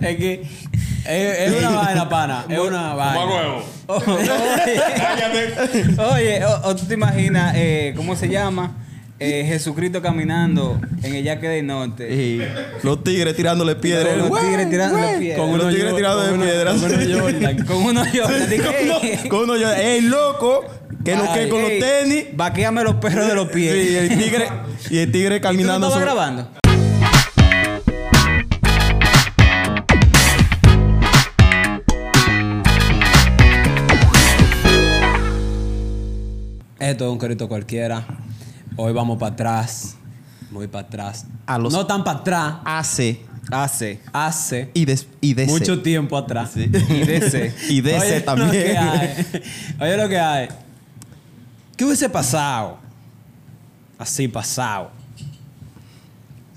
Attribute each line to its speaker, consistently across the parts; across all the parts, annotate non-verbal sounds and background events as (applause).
Speaker 1: es que es, es
Speaker 2: (laughs)
Speaker 1: una vaina, pana. Es una
Speaker 3: Mamá
Speaker 1: vaina.
Speaker 3: huevo.
Speaker 4: (laughs) Oye,
Speaker 3: Cállate.
Speaker 4: oye, o, o tú te imaginas, eh, ¿cómo se llama? Eh, Jesucristo caminando en el yaque del norte.
Speaker 2: Y los tigres tirándole piedras.
Speaker 4: Con los tigres tirando los pies.
Speaker 2: Con unos tigres tirando de piedras.
Speaker 4: (laughs) Con uno yo.
Speaker 2: (laughs) Con uno yo, ¡ey, loco! Que lo que con los tenis.
Speaker 4: Vaquéame los perros de los pies.
Speaker 2: Sí, el tigre, y el tigre
Speaker 4: ¿Y tú no
Speaker 2: caminando
Speaker 4: estabas
Speaker 2: sobre-
Speaker 4: grabando?
Speaker 1: Esto es un carrito cualquiera. Hoy vamos para atrás. Muy para atrás.
Speaker 2: A los-
Speaker 1: No tan para atrás.
Speaker 2: AC
Speaker 4: Hace.
Speaker 1: Hace
Speaker 2: y, des, y DC.
Speaker 1: mucho tiempo atrás.
Speaker 4: Y DC.
Speaker 2: Y DC
Speaker 1: Oye, Lo
Speaker 2: también.
Speaker 1: que hay. Oye lo que hay. ¿Qué hubiese pasado? Así pasado.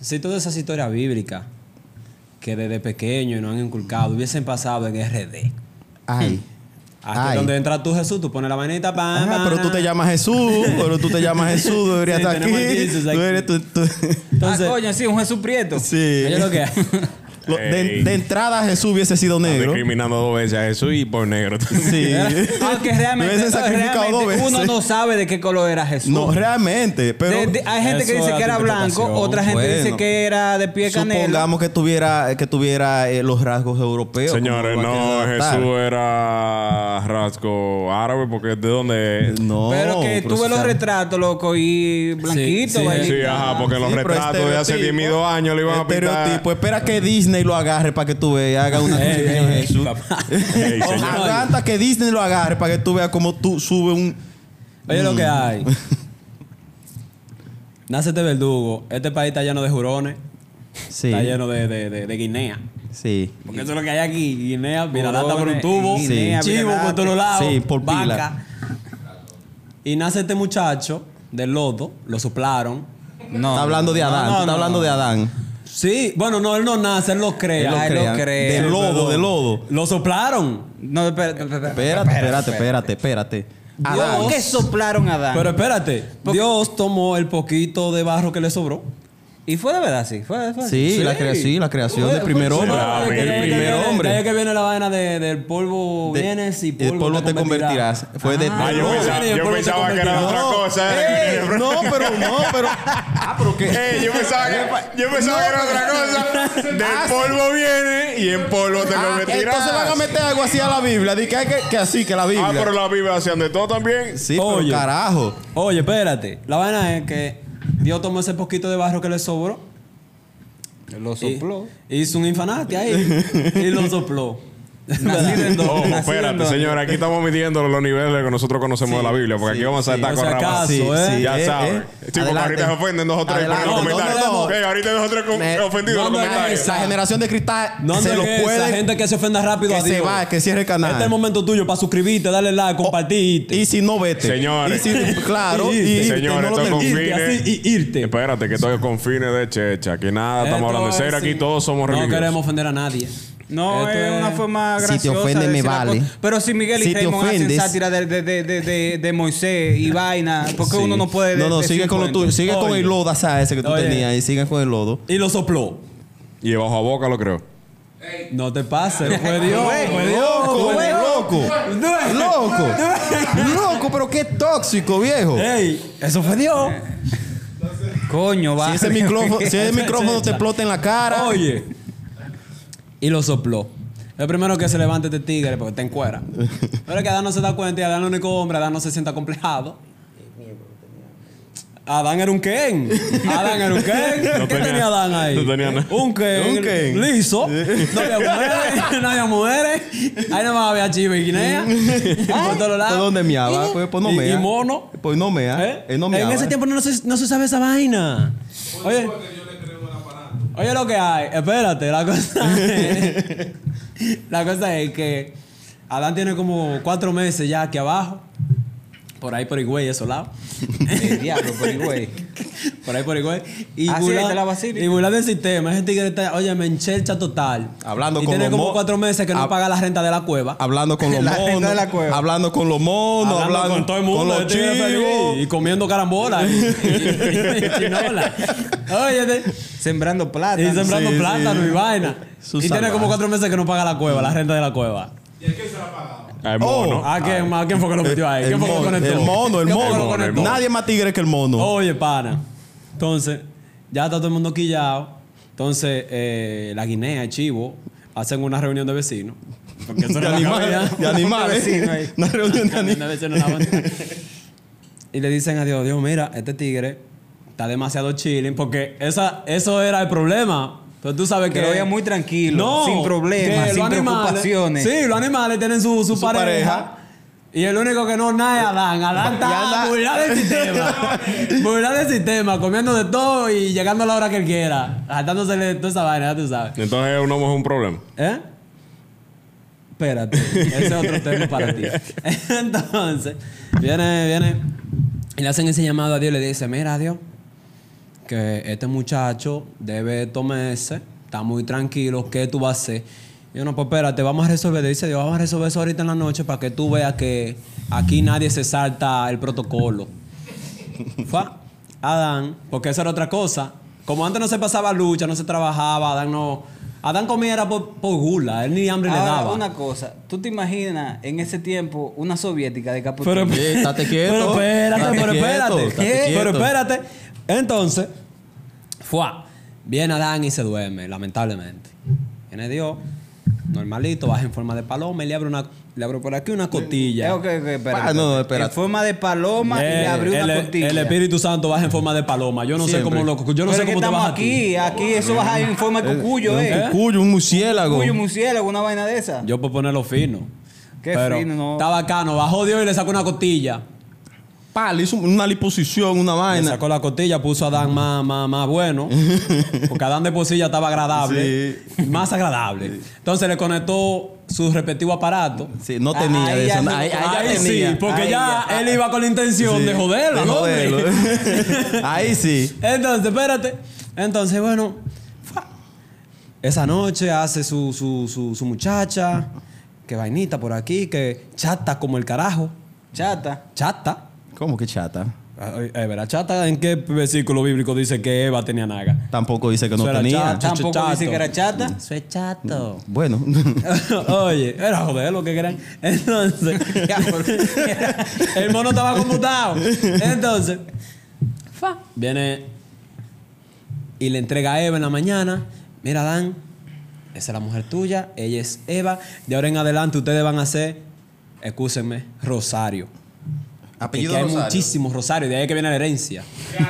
Speaker 1: Si todas esas historias bíblicas que desde pequeño nos han inculcado hubiesen pasado en RD.
Speaker 2: Ay.
Speaker 1: Hasta
Speaker 2: Ay.
Speaker 1: donde entra tú Jesús, tú pones la manita, pam,
Speaker 2: Ajá,
Speaker 1: pam,
Speaker 2: pero tú te
Speaker 1: pam.
Speaker 2: llamas Jesús, pero tú te llamas Jesús, deberías
Speaker 1: Sí,
Speaker 2: estar aquí.
Speaker 1: tenemos Jesus aquí.
Speaker 2: Tú eres tú- tú-
Speaker 1: Entonces,
Speaker 4: ah, coño, sí, un Jesús Prieto.
Speaker 2: Sí.
Speaker 1: oye lo que hay.
Speaker 2: Lo- de,
Speaker 3: Ey.
Speaker 2: de entrada Jesús hubiese sido negro.
Speaker 3: Discriminando dos veces a Jesús y por negro.
Speaker 1: (laughs)
Speaker 4: (laughs)
Speaker 2: Sí.
Speaker 4: Aunque Ah, realmente,
Speaker 2: Hubiese sacrificado
Speaker 4: realmente
Speaker 2: dos veces.
Speaker 4: uno no sabe de qué color era Jesús.
Speaker 2: No, realmente, pero
Speaker 4: De- de- hay gente que
Speaker 1: Eso
Speaker 4: dice
Speaker 1: es
Speaker 4: que era
Speaker 1: tu
Speaker 4: blanco,
Speaker 1: interpretación.
Speaker 4: otra gente dice
Speaker 2: Bueno.
Speaker 4: que era de pie canela.
Speaker 2: supongamos que tuviera que tuviera eh, los rasgos europeos.
Speaker 3: Señores,
Speaker 2: como
Speaker 3: no,
Speaker 2: cualquier tal.
Speaker 3: Jesús era rasgo árabe porque es de donde es.
Speaker 2: No,
Speaker 4: pero que
Speaker 2: pero
Speaker 4: tuve los
Speaker 2: sí sabe.
Speaker 4: retratos, loco, y
Speaker 1: Sí,
Speaker 4: blanquito,
Speaker 1: sí,
Speaker 4: bailito.
Speaker 3: Sí, ajá, porque los
Speaker 2: Sí, pero
Speaker 3: retratos de hace
Speaker 2: estereotipo,
Speaker 3: 10 mil años le iban a pintar.
Speaker 2: Estereotipo. Espera que Disney lo agarre para que tú veas. Haga una
Speaker 1: Ey,
Speaker 2: crucifixión de
Speaker 1: ey,
Speaker 2: Jesús.
Speaker 1: papá.
Speaker 3: (laughs) Ey,
Speaker 2: O-
Speaker 3: señor.
Speaker 2: Aguanta que Disney lo agarre para que tú veas cómo tú subes un.
Speaker 1: Oye lo que (laughs) hay. Nace este verdugo. Este país está lleno de jurones.
Speaker 2: Sí.
Speaker 1: Está lleno de, de, de, de Guinea.
Speaker 2: Sí.
Speaker 1: Porque eso es lo que hay aquí. Guinea, viralata por
Speaker 4: Jurones,
Speaker 1: un tubo.
Speaker 4: Guinea,
Speaker 1: chivo por
Speaker 4: viralata.
Speaker 1: todos lados.
Speaker 2: Sí, por
Speaker 1: vaca.
Speaker 2: pila.
Speaker 1: Y nace este muchacho del lodo. Lo soplaron.
Speaker 4: No.
Speaker 2: Está hablando de Adán.
Speaker 1: no,
Speaker 2: tú estás
Speaker 1: no,
Speaker 2: hablando
Speaker 1: no.
Speaker 2: de Adán.
Speaker 1: Sí, bueno, no, él no nace, él lo crea.
Speaker 2: Él lo
Speaker 1: Ah, él
Speaker 2: crea.
Speaker 1: crea.
Speaker 2: De lodo,
Speaker 1: Perdón.
Speaker 2: de lodo.
Speaker 1: Lo soplaron.
Speaker 4: No, espérate, espérate.
Speaker 2: Espérate, espérate, espérate, espérate. Adán.
Speaker 4: ¿Cómo que soplaron a Adán?
Speaker 1: Pero espérate, Dios tomó el poquito de barro que le sobró.
Speaker 4: y fue de verdad, sí. Fue, fue
Speaker 2: Sí,
Speaker 1: Sí.
Speaker 2: la creación, la creación del primer hombre.
Speaker 3: la
Speaker 2: el
Speaker 3: Biblia.
Speaker 2: primer
Speaker 1: De ahí
Speaker 2: hombre.
Speaker 1: que viene la vaina de- del polvo
Speaker 2: De-
Speaker 1: vienes y
Speaker 2: y de
Speaker 1: polvo,
Speaker 2: polvo te convertirás. Fue de-
Speaker 3: Ah, yo
Speaker 1: no,
Speaker 3: pensaba,
Speaker 1: Daniel,
Speaker 3: yo
Speaker 1: ¿por qué
Speaker 3: pensaba
Speaker 1: te
Speaker 3: que era otra
Speaker 1: convertirás?
Speaker 3: cosa.
Speaker 2: Ey,
Speaker 3: eh.
Speaker 2: no, pero no, pero. Ah, pero que.
Speaker 3: Ey, yo pensaba que, yo pensaba que era otra cosa. Del polvo viene y en polvo te
Speaker 2: Ah,
Speaker 3: convertirás.
Speaker 2: entonces van a meter algo así a la Biblia. Dice que, hay que, que así, que la Biblia.
Speaker 3: Ah, pero la Biblia hacían de todo también.
Speaker 2: Sí, pero
Speaker 1: Oye.
Speaker 2: carajo.
Speaker 1: Oye, espérate. La vaina es que Dios tomó ese poquito de barro que le sobró.
Speaker 4: Lo
Speaker 1: y-
Speaker 4: sopló.
Speaker 1: hizo un infanate ahí. y lo
Speaker 2: (laughs)
Speaker 1: sopló.
Speaker 4: Nacido en
Speaker 3: Ojo,
Speaker 4: Nacido en
Speaker 3: Oh, espérate,
Speaker 4: dónde.
Speaker 3: señor. Aquí estamos midiendo los niveles que nosotros conocemos de la Biblia. Porque aquí vamos a estar
Speaker 1: sí.
Speaker 3: con
Speaker 1: Por si
Speaker 3: ramas.
Speaker 1: acaso,
Speaker 3: Sí,
Speaker 1: ¿eh?
Speaker 3: sí, ya
Speaker 2: Eh,
Speaker 3: saben.
Speaker 2: eh.
Speaker 3: Sí, porque
Speaker 2: Adelante.
Speaker 3: ahorita se ofenden dos o tres por ahí en los
Speaker 2: Adelante.
Speaker 3: comentarios.
Speaker 1: No, no, no.
Speaker 3: Ey, ahorita dos o tres con-
Speaker 2: Me-
Speaker 3: ofendidos en
Speaker 1: no,
Speaker 3: los
Speaker 1: no,
Speaker 3: comentarios.
Speaker 1: esa-
Speaker 2: La generación de cristal
Speaker 1: No
Speaker 2: se lo
Speaker 1: andes que esa
Speaker 2: puede.
Speaker 1: gente que se ofenda rápido
Speaker 2: que
Speaker 1: a
Speaker 2: se
Speaker 1: Dios.
Speaker 2: va, que cierre el canal. Oh,
Speaker 1: Este es el momento tuyo para suscribirte, darle like, compartirte.
Speaker 2: Y si no vete.
Speaker 3: Señores.
Speaker 2: Y si, claro.
Speaker 1: Y-
Speaker 2: y, y-
Speaker 3: Señores,
Speaker 2: no lo
Speaker 3: esto
Speaker 2: termines.
Speaker 3: con-
Speaker 1: irte,
Speaker 3: confines.
Speaker 1: así, y irte.
Speaker 3: Espérate, que estoy con fines de checha. Aquí nada, estamos
Speaker 1: Esto
Speaker 3: hablando de
Speaker 1: es
Speaker 3: ser. Aquí
Speaker 1: sin-
Speaker 3: todos somos
Speaker 1: No
Speaker 3: religiosos.
Speaker 1: queremos ofender a nadie.
Speaker 4: No,
Speaker 1: Esto
Speaker 4: es una forma
Speaker 2: Si te
Speaker 4: graciosa.
Speaker 2: ofende,
Speaker 4: de
Speaker 2: me
Speaker 4: decir la
Speaker 2: vale.
Speaker 4: cosa. Pero si Miguel y
Speaker 2: Si te
Speaker 4: Raymond hacen
Speaker 2: ofendes-
Speaker 4: sátira de, de, de, de, de, de Moisés
Speaker 2: (laughs)
Speaker 4: y vaina, porque
Speaker 2: Sí.
Speaker 4: uno no puede.
Speaker 2: No, no,
Speaker 4: decir
Speaker 2: sigue con lo
Speaker 4: cuento?
Speaker 2: tuyo. Sigue con
Speaker 1: Oye.
Speaker 2: el lodo, ¿sabes? Ese que tú
Speaker 1: Oye.
Speaker 2: tenías. Y sigue con el lodo.
Speaker 1: Y lo sopló.
Speaker 3: Y bajo a boca lo creo.
Speaker 1: No
Speaker 2: (laughs)
Speaker 1: te pases, fue Dios. fue Dios.
Speaker 2: Loco,
Speaker 1: fue Dios.
Speaker 2: loco. Loco. Loco, pero qué tóxico, viejo.
Speaker 1: Ey, eso fue
Speaker 2: Eh.
Speaker 1: Dios.
Speaker 4: Coño, va.
Speaker 2: Si ese micrófono,
Speaker 4: (laughs)
Speaker 2: si ese
Speaker 1: (laughs) Esa
Speaker 2: micrófono te
Speaker 1: checha.
Speaker 2: explota en la cara.
Speaker 1: Oye. Y lo sopló. El primero que se levante este tigre porque te encuera. Pero es que Adán no se da cuenta y Adán es el único hombre, Adán no se sienta complejado. Adán era un Ken. Adán era un Ken.
Speaker 3: No
Speaker 1: ¿Qué
Speaker 3: tenía-
Speaker 1: tenía Adán ahí?
Speaker 3: no tenía nada.
Speaker 1: Un Ken.
Speaker 2: Un Ken.
Speaker 1: Liso. No había mujeres. No había mujeres. Ahí nomás había chivo y guinea. Por todos lados.
Speaker 2: ¿Por dónde meaba? Pues, pues no
Speaker 1: Y-
Speaker 2: mea.
Speaker 1: Y mono.
Speaker 2: Pues no mea.
Speaker 1: ¿Eh?
Speaker 2: Él no meaba.
Speaker 1: en ese tiempo no se, no se sabe esa vaina. Oye, oye lo que hay. Espérate, la cosa es, La cosa es que Adán tiene como cuatro meses ya aquí abajo. Por ahí por Higüey, esos lados.
Speaker 4: El diablo, pero güey.
Speaker 1: Por por ahí por igual. Y
Speaker 4: Ah, sí, ahí
Speaker 1: burla-
Speaker 4: está la basílica.
Speaker 1: y burla del sistema. Ese tigre está, oye, me enchelcha total.
Speaker 2: Hablando
Speaker 1: y
Speaker 2: con
Speaker 1: tiene
Speaker 2: los
Speaker 1: como
Speaker 2: mo-
Speaker 1: cuatro meses que no
Speaker 2: Hab-
Speaker 1: paga la renta de la cueva.
Speaker 2: Hablando
Speaker 1: (laughs)
Speaker 2: con los
Speaker 4: La gente
Speaker 2: monos.
Speaker 4: de la cueva.
Speaker 2: Hablando con los monos. Hablando,
Speaker 1: con todo el mundo.
Speaker 2: con los
Speaker 1: este tigre feliz,
Speaker 2: chivos.
Speaker 1: Y comiendo carambola. y, y- y- y chinola. Oye, te-
Speaker 4: Sembrando plata.
Speaker 1: y sembrando
Speaker 2: sí.
Speaker 1: plátano y vaina.
Speaker 2: Su
Speaker 1: y tiene
Speaker 2: salvaje.
Speaker 1: como cuatro meses que no paga la cueva, la renta de la cueva.
Speaker 3: Al mono.
Speaker 1: Ah, ¿quién, ah, ¿quién fue que lo metió ahí?
Speaker 2: El
Speaker 1: ¿Quién fue que lo
Speaker 2: mono,
Speaker 1: conectó?
Speaker 2: el mono, el
Speaker 1: ¿Quién fue Oh, que lo
Speaker 2: mono.
Speaker 1: conectó?
Speaker 2: Nadie es más tigre que el mono.
Speaker 1: Oye, pana. Entonces, ya está todo el mundo quillado. Entonces, eh, la Guinea y Chivo hacen una reunión de vecinos. Porque
Speaker 2: (laughs) De
Speaker 1: eso no es
Speaker 2: animales. De
Speaker 1: (laughs)
Speaker 2: animales.
Speaker 4: Vecino ahí.
Speaker 2: Una reunión de animales.
Speaker 1: También a veces no la aguanta. Y le dicen a Dios, Dios, mira, este tigre está demasiado chilling porque esa, eso era el problema. Pero tú sabes que...
Speaker 4: Que lo veía muy tranquilo, sin problemas,
Speaker 1: que
Speaker 4: sin
Speaker 1: los animales-
Speaker 4: preocupaciones.
Speaker 1: Sí, los animales tienen su, su,
Speaker 2: Su
Speaker 1: pareja,
Speaker 2: pareja.
Speaker 1: Y el único que no nada es Adán. Adán está
Speaker 2: Adán.
Speaker 1: burlado del sistema.
Speaker 4: (laughs)
Speaker 1: burlado del sistema, comiendo de todo y llegando a la hora que él quiera. Saltándose de toda esa vaina, ya tú sabes.
Speaker 3: Entonces uno es un problema.
Speaker 1: ¿Eh? Espérate, ese es otro tema para ti. Entonces, viene, viene y le hacen ese llamado a Dios y le dice, mira Dios, que este muchacho debe tomarse, está muy tranquilo, ¿qué tú vas a hacer? Y yo, no, pues espérate, vamos a resolver. Dice Dios, vamos a resolver eso ahorita en la noche para que tú veas que aquí nadie se salta el protocolo. Fua. Adán, porque esa era otra cosa. Como antes no se pasaba lucha, no se trabajaba, Adán no. Adán comía era por, por gula, él ni hambre le
Speaker 4: Ahora,
Speaker 1: daba.
Speaker 4: Ah, una cosa. ¿Tú te imaginas en ese tiempo una soviética de Caputín?
Speaker 1: Pero, (laughs)
Speaker 2: Eh, estate quieto,
Speaker 1: pero espérate,
Speaker 2: estate
Speaker 1: pero
Speaker 2: quieto,
Speaker 1: espérate.
Speaker 2: estate
Speaker 1: ¿Qué?
Speaker 2: quieto.
Speaker 1: Pero espérate. Entonces, fuá. Viene Adán y se duerme, lamentablemente. Viene Dios, normalito, baja en forma de paloma y le abre, una, le abre por aquí una
Speaker 4: Eh,
Speaker 1: costilla.
Speaker 4: ok, ok, espérate,
Speaker 2: Ah, no, no,
Speaker 4: espérate.
Speaker 2: espérate.
Speaker 4: En forma de paloma y
Speaker 1: Eh,
Speaker 4: le abrió una
Speaker 1: el,
Speaker 4: costilla.
Speaker 1: el Espíritu Santo baja en forma de paloma. Yo no sé
Speaker 2: Siempre.
Speaker 1: cómo lo, yo no
Speaker 4: Pero
Speaker 1: sé
Speaker 4: es que
Speaker 1: cómo te
Speaker 4: estamos
Speaker 1: baja a
Speaker 4: aquí,
Speaker 1: ti.
Speaker 4: aquí eso baja en forma de cucuyo,
Speaker 2: Un
Speaker 4: eh.
Speaker 2: cucuyo, un murciélago.
Speaker 4: Cucuyo, murciélago, una vaina de esa.
Speaker 1: Yo por ponerlo fino.
Speaker 4: Qué
Speaker 1: Pero
Speaker 4: fino, no.
Speaker 1: Está bacano. Bajó Dios y le sacó una costilla.
Speaker 2: Pa, le hizo una liposición, una
Speaker 1: Le
Speaker 2: vaina.
Speaker 1: sacó la costilla, puso a Dan más, más, más
Speaker 2: (laughs)
Speaker 1: bueno. Porque Adán de por sí ya estaba agradable. Más agradable. Entonces le conectó su respectivo aparato.
Speaker 2: Sí, no
Speaker 4: Ah,
Speaker 2: tenía
Speaker 4: ahí
Speaker 2: de
Speaker 4: ya
Speaker 2: eso.
Speaker 4: no-
Speaker 2: Ahí, ahí ya
Speaker 1: Ahí
Speaker 2: tenía.
Speaker 1: sí, porque
Speaker 4: Ahí
Speaker 1: ya
Speaker 4: ya.
Speaker 1: él iba con la intención
Speaker 2: Sí,
Speaker 1: de joderla,
Speaker 2: de
Speaker 1: ¿no?
Speaker 2: (laughs)
Speaker 1: hombre?
Speaker 2: joderlo. ahí sí.
Speaker 1: (laughs) Entonces, espérate. Entonces, bueno, fa- esa noche hace su, su, su, su muchacha, que vainita por aquí, que chata como el carajo.
Speaker 4: Chata.
Speaker 1: Chata.
Speaker 2: ¿Cómo que chata?
Speaker 1: Ay, Es verdad, chata, ¿en qué versículo bíblico dice que Eva tenía naga?
Speaker 2: Tampoco dice que no
Speaker 1: Eso era
Speaker 2: tenía.
Speaker 1: chato.
Speaker 4: Tampoco
Speaker 1: chato.
Speaker 4: dice que era chata.
Speaker 1: Soy chato.
Speaker 2: (laughs) Bueno.
Speaker 1: (laughs) Oye, era joder lo que querían. Entonces, (laughs) el mono estaba computado. Entonces, fa, viene y le entrega a Eva en la mañana. Mira, Dan, esa es la mujer tuya, ella es Eva. De ahora en adelante ustedes van a ser, excúsenme, Rosario. Y que hay muchísimos Rosarios, de ahí que viene la herencia.
Speaker 3: Ey,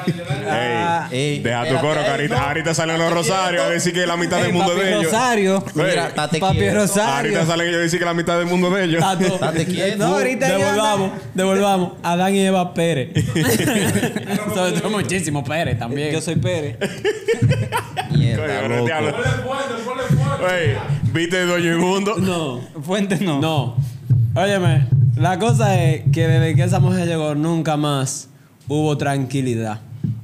Speaker 1: Ah,
Speaker 2: Ey,
Speaker 3: deja tu coro, que ahorita, ahorita salen los rosarios a decir que la mitad del mundo
Speaker 4: papi
Speaker 3: de ellos.
Speaker 4: Rosario.
Speaker 3: Ey,
Speaker 2: Mira, estate
Speaker 4: Papi
Speaker 2: quieto.
Speaker 4: Rosario.
Speaker 3: Ahorita salen ellos a decir que la mitad del mundo de ellos.
Speaker 1: Tato.
Speaker 2: Estate quieto.
Speaker 1: No,
Speaker 4: No,
Speaker 1: ahorita
Speaker 4: ahorita ya
Speaker 1: devolvamos, devolvamos. Adán y Eva (laughs) Pérez. Sobre todo muchísimo Pérez también.
Speaker 4: Yo soy Pérez.
Speaker 2: Mierda,
Speaker 3: Coño,
Speaker 2: loco.
Speaker 3: retealo. Ey, ¿viste Doño Mundo?
Speaker 1: No,
Speaker 4: Fuente no.
Speaker 1: no. Óyeme, la cosa es que desde que esa mujer llegó nunca más hubo tranquilidad.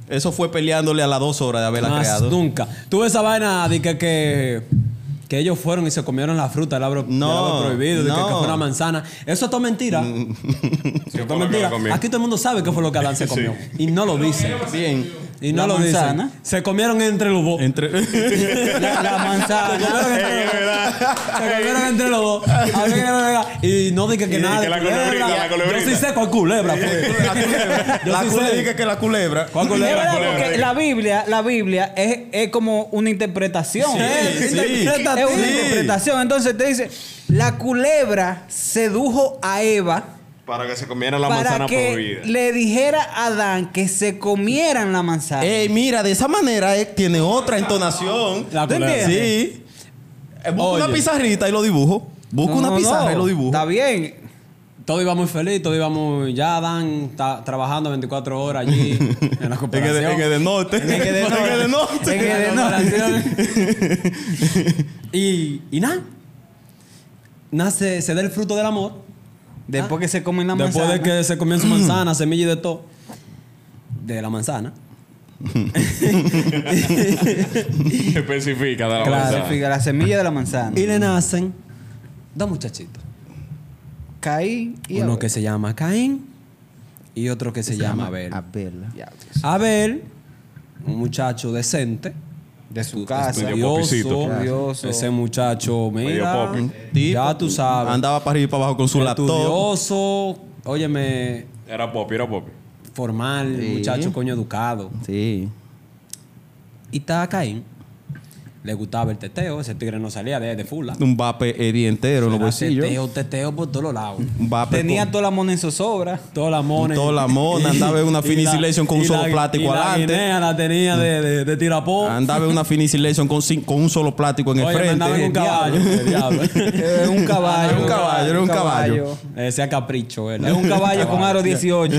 Speaker 2: Eso fue peleándole a las dos horas de haberla
Speaker 1: Más
Speaker 2: creado.
Speaker 1: nunca. Tuve esa vaina de que, que, que ellos fueron y se comieron la fruta del árbol, del
Speaker 2: No,
Speaker 1: árbol prohibido, de
Speaker 2: no.
Speaker 1: que,
Speaker 2: Mm,
Speaker 1: que fue una manzana. Eso es todo mentira.
Speaker 3: Sí,
Speaker 1: Todo
Speaker 3: por lo que
Speaker 1: mentira.
Speaker 3: la comí.
Speaker 1: Aquí todo el mundo sabe qué fue lo que Adán se
Speaker 3: (laughs) Sí.
Speaker 1: comió. Y no lo dice.
Speaker 2: Bien.
Speaker 1: Y no
Speaker 4: La
Speaker 1: lo dicen.
Speaker 4: manzana.
Speaker 1: Se comieron entre los dos.
Speaker 2: Entre...
Speaker 1: (laughs)
Speaker 4: La, la
Speaker 1: Se
Speaker 4: manzana.
Speaker 1: comieron
Speaker 3: Ey,
Speaker 1: entre
Speaker 3: es
Speaker 1: los dos.
Speaker 3: verdad.
Speaker 1: Se comieron entre los dos. A ver, venga, venga. Y no dije que
Speaker 3: Y
Speaker 1: nada.
Speaker 3: que
Speaker 1: de
Speaker 3: la culebrita,
Speaker 1: culebra.
Speaker 3: la culebrita.
Speaker 1: Yo sí sé cuál culebra pues. fue.
Speaker 2: La (laughs) culebra.
Speaker 1: Yo
Speaker 2: La
Speaker 1: sí
Speaker 2: culebra.
Speaker 1: sé.
Speaker 2: Dije que la culebra.
Speaker 1: ¿Cuál
Speaker 4: Es
Speaker 1: culebra?
Speaker 4: verdad,
Speaker 3: culebra,
Speaker 4: porque
Speaker 3: diga.
Speaker 4: la Biblia, la Biblia es, es como una interpretación.
Speaker 1: Eh,
Speaker 2: Sí,
Speaker 1: interpreta
Speaker 4: Es una
Speaker 1: tú.
Speaker 4: interpretación. Entonces te dice, la culebra sedujo a Eva
Speaker 3: Para que se comiera la
Speaker 4: para
Speaker 3: manzana
Speaker 4: que
Speaker 3: prohibida. (laughs)
Speaker 4: le dijera a Adán que se comieran la manzana.
Speaker 2: Ey, mira, de esa manera eh, tiene otra entonación.
Speaker 1: La
Speaker 2: ¿Te
Speaker 1: culebra.
Speaker 2: entiendes? Sí. Eh, busca
Speaker 1: Oye.
Speaker 2: una pizarrita y lo dibujo. Busca
Speaker 4: No,
Speaker 2: una
Speaker 4: no,
Speaker 2: pizarra
Speaker 4: no.
Speaker 2: y lo dibujo.
Speaker 4: Está bien.
Speaker 1: Todo iba muy feliz, todo iba muy. Ya Adán está trabajando 24 horas allí en la
Speaker 2: En el,
Speaker 1: cooperación.
Speaker 2: en el de norte. (laughs) En
Speaker 4: el
Speaker 1: (laughs)
Speaker 4: de norte.
Speaker 2: el de
Speaker 4: En el-
Speaker 2: norte.
Speaker 1: Claro,
Speaker 4: no.
Speaker 1: oración. (laughs) y, y nada. Nace, se da el fruto del amor.
Speaker 4: Después que se comen la
Speaker 1: Después
Speaker 4: manzana.
Speaker 1: de que se comió su manzana, semilla y de todo. De la manzana.
Speaker 3: Especifica de la
Speaker 1: Claro.
Speaker 3: manzana.
Speaker 4: Claro. La semilla de la manzana.
Speaker 1: Y le nacen dos muchachitos.
Speaker 4: Caí y
Speaker 1: Uno
Speaker 4: Abel.
Speaker 1: que se llama Caín y otro que se, llama Abel.
Speaker 2: A verla.
Speaker 4: Diablos.
Speaker 1: Abel, un muchacho decente,
Speaker 4: De su casa.
Speaker 3: Medio popicito.
Speaker 4: Estudioso.
Speaker 1: Ese muchacho, mira,
Speaker 3: popi.
Speaker 1: ya tú sabes.
Speaker 2: Andaba para arriba y para abajo con su laptop.
Speaker 1: Estudioso, óyeme,
Speaker 3: Era pop, era pop.
Speaker 1: formal,
Speaker 2: Sí.
Speaker 1: muchacho coño educado.
Speaker 2: Sí.
Speaker 1: Y estaba Caín. Le gustaba el teteo, ese tigre no salía de, de fula.
Speaker 2: Un vape herido entero en los
Speaker 1: Era
Speaker 2: bolsillos.
Speaker 1: teteo, teteo por todos los lados.
Speaker 2: Un vape
Speaker 4: Tenía
Speaker 2: con-
Speaker 4: toda la mona en zozobra.
Speaker 1: Toda la mona.
Speaker 2: Toda la mona, andaba en una
Speaker 1: (laughs) Y
Speaker 2: Fini
Speaker 1: la-
Speaker 2: Selection con
Speaker 1: y
Speaker 2: un solo
Speaker 1: la-
Speaker 2: plástico
Speaker 1: y
Speaker 2: adelante.
Speaker 1: La guinea la tenía de, de, de tirapón.
Speaker 2: Andaba en una Finisilation con, cin- con un solo plástico Ah, en el
Speaker 1: Oye, me andaba en un
Speaker 2: frente. (laughs)
Speaker 1: caballo. eh, diablo.
Speaker 4: Era un caballo.
Speaker 2: Era un caballo, era un caballo.
Speaker 1: Ese a capricho, era.
Speaker 4: Era
Speaker 1: (laughs)
Speaker 4: un caballo con
Speaker 2: (laughs)
Speaker 4: aro 18.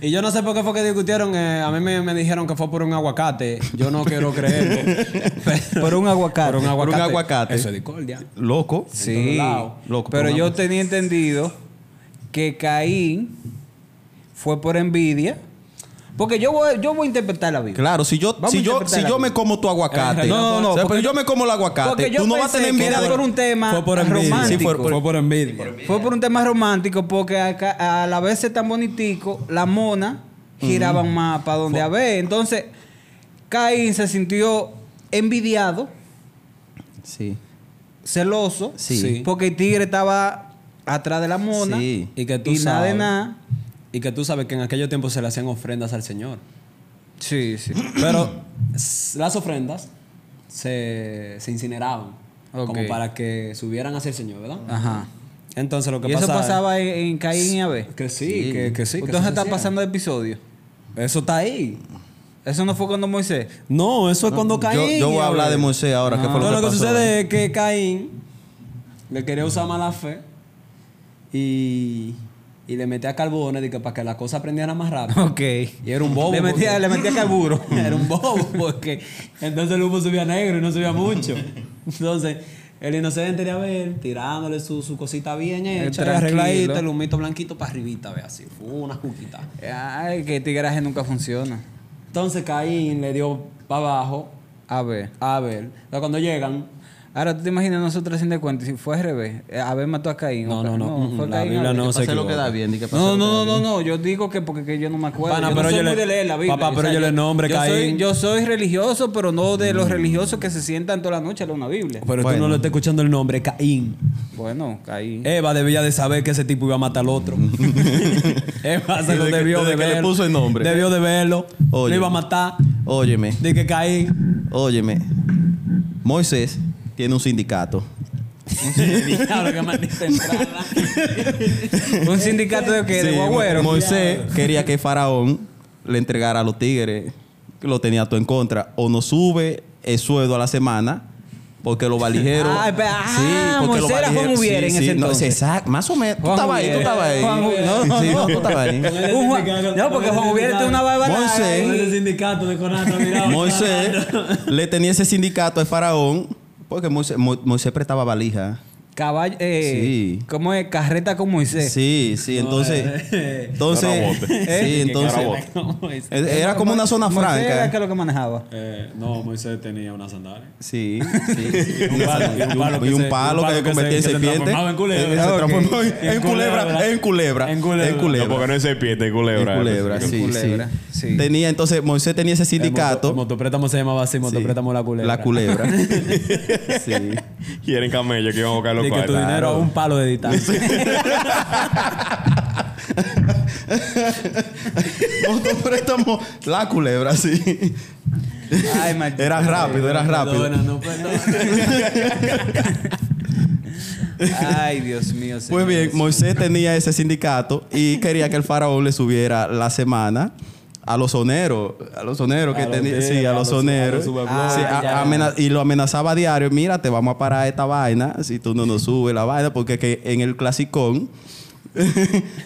Speaker 1: Y yo no sé por qué fue que discutieron. eh, a mí me, me dijeron que fue por un aguacate. Yo no quiero creerlo. pero-
Speaker 4: Por un aguacate.
Speaker 1: por un aguacate.
Speaker 2: aguacate.
Speaker 1: Eso es discordia.
Speaker 2: Loco.
Speaker 1: todos
Speaker 4: Sí.
Speaker 1: lados.
Speaker 2: Loco,
Speaker 4: pero
Speaker 2: por una
Speaker 4: yo
Speaker 2: mona.
Speaker 4: tenía entendido que Caín fue por envidia. Porque yo voy, yo voy a interpretar la Biblia.
Speaker 2: Claro, si yo,
Speaker 4: Vamos
Speaker 2: si
Speaker 4: a
Speaker 2: yo,
Speaker 4: interpretar
Speaker 2: si
Speaker 4: la
Speaker 2: yo
Speaker 4: Biblia.
Speaker 2: me como tu aguacate.
Speaker 4: Eh, no, no, no,
Speaker 2: O sea, pero
Speaker 4: porque-
Speaker 2: yo me como el aguacate.
Speaker 4: porque yo
Speaker 2: Tú no vas a
Speaker 4: pensé
Speaker 2: tener
Speaker 4: que
Speaker 2: envidia
Speaker 4: era
Speaker 2: de
Speaker 4: por un tema
Speaker 1: Fue por envidia.
Speaker 4: romántico.
Speaker 2: Sí, fue Ah, por-
Speaker 1: Fue por envidia.
Speaker 4: Fue por un tema romántico porque a, ca- a la vez ser tan bonitico, la mona giraba un mapa donde a ver. Entonces, Caín se sintió envidiado,
Speaker 2: Sí.
Speaker 4: celoso,
Speaker 2: Sí.
Speaker 1: Sí.
Speaker 4: porque el tigre estaba atrás de la mona
Speaker 2: Sí.
Speaker 1: Y que tú
Speaker 4: nada de
Speaker 1: sabes.
Speaker 4: nada.
Speaker 1: Y que tú sabes que en aquellos tiempos se le hacían ofrendas al Señor.
Speaker 4: Sí, sí.
Speaker 1: (clears throat) Pero s- las ofrendas se, se incineraban.
Speaker 4: Ok.
Speaker 1: Como para que subieran hacia el Señor, ¿verdad?
Speaker 4: Ajá.
Speaker 1: Entonces lo que
Speaker 4: Y eso
Speaker 1: pasaba-
Speaker 4: pasaba en, en Caín y Abel.
Speaker 1: Que sí, Que, que sí. que
Speaker 4: Entonces
Speaker 1: eso
Speaker 4: está
Speaker 1: se hacía.
Speaker 4: pasando el episodio.
Speaker 1: Eso está ahí.
Speaker 4: Eso no fue cuando Moisés.
Speaker 1: No, eso es cuando
Speaker 2: Yo,
Speaker 1: Caín.
Speaker 2: yo voy a
Speaker 1: abre.
Speaker 2: hablar de Moisés ahora. ¿Qué fue lo
Speaker 1: Entonces
Speaker 2: que,
Speaker 1: lo que
Speaker 2: pasó?
Speaker 1: sucede es que Caín le quería usar mala fe y, y le metía carbones de que para que las cosas aprendieran más rápido.
Speaker 4: (laughs) Ok.
Speaker 1: Y era un bobo.
Speaker 4: Le metía-
Speaker 1: porque-
Speaker 4: le metía carburo.
Speaker 1: era un bobo (laughs) porque entonces el humo subía negro y no subía mucho. Entonces, el inocente de Abel tirándole su, su cosita bien hecha,
Speaker 4: tranquilo.
Speaker 1: arregladita, el humito blanquito para arribita, ve así. Fue una cuquita.
Speaker 4: Ay, que el tigreaje nunca funciona.
Speaker 1: Entonces Caín le dio para abajo
Speaker 4: A ver.
Speaker 1: a Abel. Entonces, cuando llegan,
Speaker 4: Ahora, ¿tú te imaginas nosotros haciendo cuenta? Si fue al revés. Eh, Abel mató a Caín.
Speaker 1: No,
Speaker 4: o
Speaker 1: no,
Speaker 4: Ca-
Speaker 1: no. Mm,
Speaker 4: fue
Speaker 1: la
Speaker 4: Caín,
Speaker 1: Biblia
Speaker 4: Abel.
Speaker 1: no se
Speaker 2: Pase lo
Speaker 1: equivoca.
Speaker 2: que da bien. di que pase
Speaker 4: No,
Speaker 2: lo que
Speaker 4: no, no,
Speaker 2: da
Speaker 4: no, no, yo digo que porque que yo no me acuerdo.
Speaker 1: Pana,
Speaker 4: yo no
Speaker 1: pero
Speaker 4: soy
Speaker 1: yo
Speaker 4: muy
Speaker 1: le-
Speaker 4: de leer la Biblia.
Speaker 1: Papá, pero yo le nombre,
Speaker 4: yo soy,
Speaker 1: Caín.
Speaker 4: yo soy religioso, pero no de los religiosos que se sientan toda la noche a leer una Biblia.
Speaker 1: pero tú
Speaker 2: Bueno.
Speaker 1: no lo estás escuchando el nombre, Caín.
Speaker 4: Bueno, Caín.
Speaker 1: Eva debía de saber que ese tipo iba a matar
Speaker 2: (laughs)
Speaker 1: al otro. Eva se lo
Speaker 2: Desde que-
Speaker 1: debió de
Speaker 2: desde que le
Speaker 1: ver.
Speaker 2: puso el nombre.
Speaker 1: Debió de verlo.
Speaker 2: Oye.
Speaker 1: Lo iba a matar.
Speaker 2: Óyeme,
Speaker 1: De que Caín. (laughs)
Speaker 2: óyeme. Moisés tiene un sindicato.
Speaker 1: Diablo, que maldita entrada.
Speaker 4: ¿Un sindicato de qué?
Speaker 2: Sí,
Speaker 4: ¿De guagüero?
Speaker 2: Moisés quería que Faraón le entregara a los tigres, que lo tenía todo en contra. O no sube el sueldo a la semana, porque los valijeros.
Speaker 4: Ah, espera, ah, Moisés era Juan
Speaker 2: valijeros-
Speaker 4: Ubiere en ese
Speaker 2: no,
Speaker 4: entonces.
Speaker 2: exacto, más o menos. Tú
Speaker 4: Juan
Speaker 2: estabas ahí, tú
Speaker 4: Ubiere.
Speaker 2: estabas ahí.
Speaker 4: Juan Ubiere. No, no,
Speaker 2: Sí,
Speaker 4: no. (laughs)
Speaker 2: tú estabas ahí.
Speaker 4: Un Juan- no, porque Juan Hubiera tiene una barba larga. eh,
Speaker 2: Moisés.
Speaker 1: Con
Speaker 4: y-
Speaker 1: ese sindicato de Conata, mira.
Speaker 2: Moisés le tenía ese sindicato al Faraón, porque Moisés, Mo- Moisés prestaba valija.
Speaker 4: Caballo, eh,
Speaker 2: Sí.
Speaker 4: ¿cómo es? Carreta con Moisés.
Speaker 2: Sí, sí, entonces.
Speaker 4: eh.
Speaker 1: (laughs)
Speaker 2: Entonces.
Speaker 3: Carabote.
Speaker 2: Sí, entonces.
Speaker 3: Carabote.
Speaker 2: Era como una zona
Speaker 4: Moisés Era que
Speaker 2: franca.
Speaker 4: lo que manejaba.
Speaker 1: Eh, no, Moisés tenía una sandalia.
Speaker 2: Sí, sí, sí.
Speaker 1: (laughs) Y un palo,
Speaker 2: y
Speaker 1: y un palo que
Speaker 2: un
Speaker 1: se-
Speaker 2: palo
Speaker 1: un
Speaker 2: que
Speaker 1: palo
Speaker 2: se
Speaker 1: que
Speaker 2: convertía en
Speaker 1: se- que se
Speaker 2: serpiente.
Speaker 1: transformaba en culebra.
Speaker 2: Eh,
Speaker 1: Ah,
Speaker 2: Se
Speaker 1: ok.
Speaker 2: transformó en,
Speaker 1: En
Speaker 2: en culebra,
Speaker 1: culebra.
Speaker 2: en culebra.
Speaker 1: En culebra.
Speaker 2: En
Speaker 3: No, porque
Speaker 2: culebra.
Speaker 3: no es serpiente, es culebra.
Speaker 2: En culebra,
Speaker 3: Espérate.
Speaker 2: sí,
Speaker 4: culebra,
Speaker 2: sí.
Speaker 4: sí.
Speaker 2: Tenía entonces, Moisés tenía ese
Speaker 1: El
Speaker 2: sindicato.
Speaker 1: motoprétamo se llamaba así,
Speaker 2: Sí.
Speaker 1: motoprétamo la culebra.
Speaker 2: La culebra. (laughs) sí.
Speaker 3: Y eran camellos que iban a buscar los
Speaker 1: De que tu
Speaker 3: cuartos.
Speaker 1: dinero a un palo
Speaker 2: (laughs)
Speaker 1: de distancia.
Speaker 2: Nosotros prestamos la culebra, sí.
Speaker 4: Ay, maldito.
Speaker 2: Era rápido, era rápido.
Speaker 1: Perdona, no, perdona.
Speaker 2: (laughs)
Speaker 4: Ay, Dios mío.
Speaker 2: Pues
Speaker 4: señor.
Speaker 2: bien, Moisés tenía ese sindicato y quería que el faraón le subiera la semana a los soneros, a los soneros que
Speaker 1: A los
Speaker 2: tenía, sí,
Speaker 1: tigres,
Speaker 2: a
Speaker 1: a
Speaker 2: los
Speaker 1: los-
Speaker 2: soneros.
Speaker 1: a los superblogs.
Speaker 2: Sí,
Speaker 4: Ah,
Speaker 2: a-
Speaker 4: ya.
Speaker 2: amena- y lo amenazaba a diario, mira, te vamos a parar esta vaina si tú no nos subes la vaina porque que en el clasicón (laughs)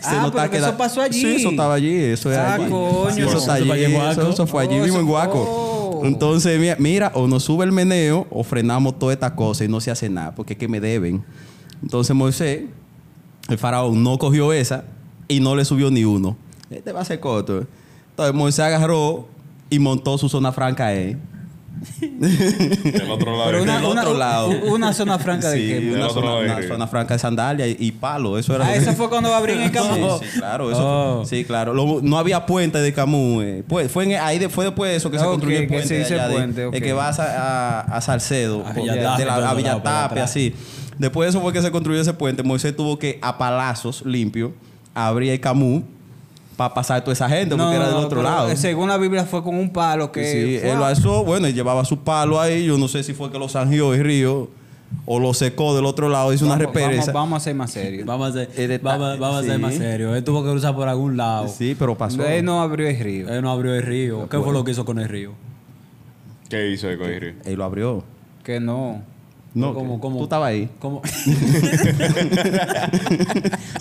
Speaker 4: Ah, pero que eso pasó allí.
Speaker 2: Sí, eso estaba allí, eso era
Speaker 4: Ah,
Speaker 2: allí.
Speaker 4: coño.
Speaker 2: Sí, Eso está
Speaker 1: Eso
Speaker 2: allí,
Speaker 1: fue allí en Guaco.
Speaker 2: eso, eso fue allí
Speaker 4: Oh,
Speaker 2: mismo en
Speaker 4: eso-
Speaker 2: Guaco.
Speaker 4: oh.
Speaker 2: Entonces, mira, mira, o nos sube el meneo o frenamos toda esta cosa y no se hace nada porque es que me deben. Entonces Moisés, el faraón, no cogió esa y no le subió ni uno. Este va a ser corto. Entonces Moisés agarró y montó su zona franca ¿eh? ahí.
Speaker 3: Del otro lado.
Speaker 4: Pero
Speaker 3: del
Speaker 4: una,
Speaker 2: del
Speaker 3: río.
Speaker 4: una-
Speaker 2: otro lado.
Speaker 4: una zona franca de
Speaker 2: Sí,
Speaker 4: qué.
Speaker 3: del
Speaker 2: una,
Speaker 3: otro
Speaker 2: zona,
Speaker 3: lado del
Speaker 2: una
Speaker 3: río.
Speaker 2: zona franca de sandalia y, y palo. Eso (laughs) era.
Speaker 4: Ah, esa fue cuando va a abrir
Speaker 2: (laughs)
Speaker 4: el camino.
Speaker 2: Sí, sí, claro, eso fue-
Speaker 1: Oh.
Speaker 2: sí, claro. Lo- no había puente de Camus. eh. Pues, fue en- ahí de- fue después de eso que se
Speaker 4: Ok,
Speaker 2: construyó el
Speaker 4: que
Speaker 2: puente.
Speaker 4: se hizo
Speaker 2: de allá
Speaker 4: el
Speaker 2: de-
Speaker 4: puente, ok.
Speaker 2: el que va a, Sa- a- a Salcedo,
Speaker 1: A
Speaker 2: por- de,
Speaker 1: Villatape,
Speaker 2: de la, a
Speaker 1: por ese lado, por
Speaker 2: Villatape,
Speaker 1: atrás.
Speaker 2: así. Después de eso fue que se construyó ese puente. Moisés tuvo que a palazos limpio abrir el Camus para pasar toda esa gente porque era del otro
Speaker 4: pero,
Speaker 2: lado.
Speaker 4: eh, Según la Biblia fue con un palo que.
Speaker 2: Sí,
Speaker 4: fue-
Speaker 2: él lo alzó, bueno, él llevaba su palo ahí, yo no sé si fue que lo zanjió y río o lo secó del otro lado, hizo una
Speaker 4: vamos,
Speaker 2: repereza.
Speaker 4: vamos- vamos a ser más serios.
Speaker 1: Vamos a ser,
Speaker 2: El detalle,
Speaker 1: vamos, vamos a ser
Speaker 2: sí.
Speaker 1: más serios. Él tuvo que cruzar por algún lado.
Speaker 2: Sí, pero pasó. Eh.
Speaker 4: Él no abrió el río.
Speaker 1: Él no abrió el río. ¿Qué fue lo que hizo con el río?
Speaker 3: ¿Qué hizo el Coirri?
Speaker 2: Él lo abrió.
Speaker 4: Que
Speaker 2: (laughs)
Speaker 4: no.
Speaker 2: No,
Speaker 1: ¿Cómo,
Speaker 2: que-
Speaker 1: cómo?
Speaker 2: tú estabas ahí.
Speaker 1: ¿Cómo?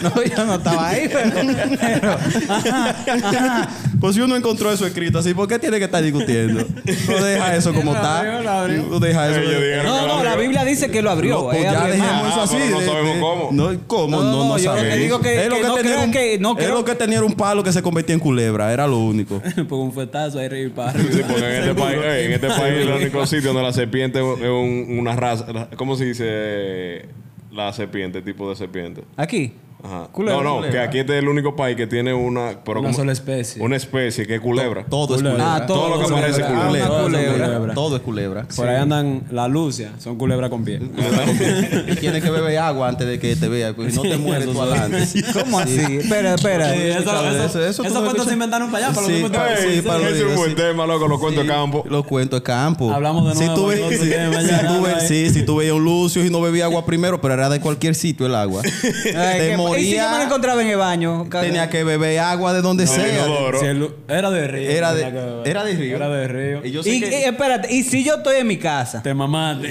Speaker 4: No, yo no estaba ahí, (laughs) pero.
Speaker 2: Pues si uno encontró eso escrito así, ¿por qué tiene que estar discutiendo? Tú
Speaker 4: (laughs)
Speaker 2: deja eso como
Speaker 4: Lo abrió, lo
Speaker 2: está.
Speaker 4: abrió.
Speaker 2: Tú deja eso.
Speaker 3: Ellos dijeron
Speaker 4: No,
Speaker 3: que lo
Speaker 4: no, la
Speaker 3: abrió.
Speaker 4: Biblia dice que lo abrió.
Speaker 2: No,
Speaker 1: eh.
Speaker 2: pues
Speaker 4: él
Speaker 2: ya
Speaker 4: abrió el mar.
Speaker 2: dejemos eso
Speaker 3: Ah,
Speaker 2: así.
Speaker 3: pero no
Speaker 2: de-
Speaker 3: sabemos
Speaker 2: de-
Speaker 3: cómo.
Speaker 2: No, ¿cómo?
Speaker 4: No,
Speaker 2: No,
Speaker 4: no,
Speaker 2: no,
Speaker 4: yo lo que
Speaker 2: sabemos.
Speaker 4: digo que-
Speaker 2: es lo
Speaker 4: que no
Speaker 2: tenía
Speaker 4: creo
Speaker 2: un-
Speaker 4: que- no
Speaker 2: es
Speaker 4: creo-
Speaker 2: lo que tenía era un palo que se convertía en culebra, era lo
Speaker 4: (laughs)
Speaker 2: único.
Speaker 1: Por un fuetazo ahí arriba y para
Speaker 3: Sí,
Speaker 1: arriba.
Speaker 3: porque en
Speaker 1: (laughs)
Speaker 3: este país, eh, en este país el único sitio donde la serpiente es un- una raza. ¿Cómo se dice eh, la serpiente? Tipo de serpiente.
Speaker 4: Aquí.
Speaker 3: Ajá.
Speaker 4: Culebra,
Speaker 3: no, no,
Speaker 2: culebra.
Speaker 3: que aquí este es el único país que tiene una. pero
Speaker 1: Una
Speaker 3: como-
Speaker 1: sola especie.
Speaker 3: Una especie que es culebra.
Speaker 2: Todo es
Speaker 1: Culebra.
Speaker 2: culebra.
Speaker 4: Ah, todo,
Speaker 3: Todo lo que
Speaker 4: culebra.
Speaker 3: parece
Speaker 4: Ah,
Speaker 3: culebra.
Speaker 4: una
Speaker 1: Todo
Speaker 4: culebra.
Speaker 1: culebra.
Speaker 2: Todo es culebra.
Speaker 1: Por ahí andan las lucias. Son culebras con pie.
Speaker 2: (laughs) Y tienes que beber agua antes de que te vea, porque no te mueres
Speaker 4: (laughs)
Speaker 2: tú adelante.
Speaker 4: ¿Cómo así? Espera, espera.
Speaker 1: Sí, eso- eso-
Speaker 2: tú
Speaker 1: esos
Speaker 2: no
Speaker 1: cuentos
Speaker 2: escuchas.
Speaker 1: se inventaron para allá, para los
Speaker 2: Sí,
Speaker 1: mismos
Speaker 2: pa-
Speaker 1: tiempos.
Speaker 3: Ey,
Speaker 2: sí, para los
Speaker 3: ese es un
Speaker 2: videos,
Speaker 3: buen
Speaker 2: sí.
Speaker 3: tema, loco. Los cuentos
Speaker 2: Sí,
Speaker 3: campo.
Speaker 2: Los cuentos de campo.
Speaker 1: Hablamos de
Speaker 2: si
Speaker 1: nuevo,
Speaker 2: tú ve-
Speaker 1: otro
Speaker 2: si-
Speaker 1: tema, ya,
Speaker 2: si tú ve-
Speaker 1: ahí.
Speaker 2: sí, si tú veías un Lucio y no bebía agua primero, pero era de cualquier sitio el agua.
Speaker 4: (laughs) Ay,
Speaker 2: te
Speaker 4: que- ¿Y si yo me lo
Speaker 2: moría.
Speaker 4: encontraba en el baño?
Speaker 2: tenía que beber agua de donde
Speaker 3: El
Speaker 2: sea.
Speaker 3: inodoro.
Speaker 1: Si el lu- era de río.
Speaker 2: Era de-
Speaker 1: tenía
Speaker 2: era de río.
Speaker 1: Era de río.
Speaker 2: Y yo sé
Speaker 4: Y, y
Speaker 2: que
Speaker 4: espérate, y si yo estoy en mi casa
Speaker 1: Te mamaste.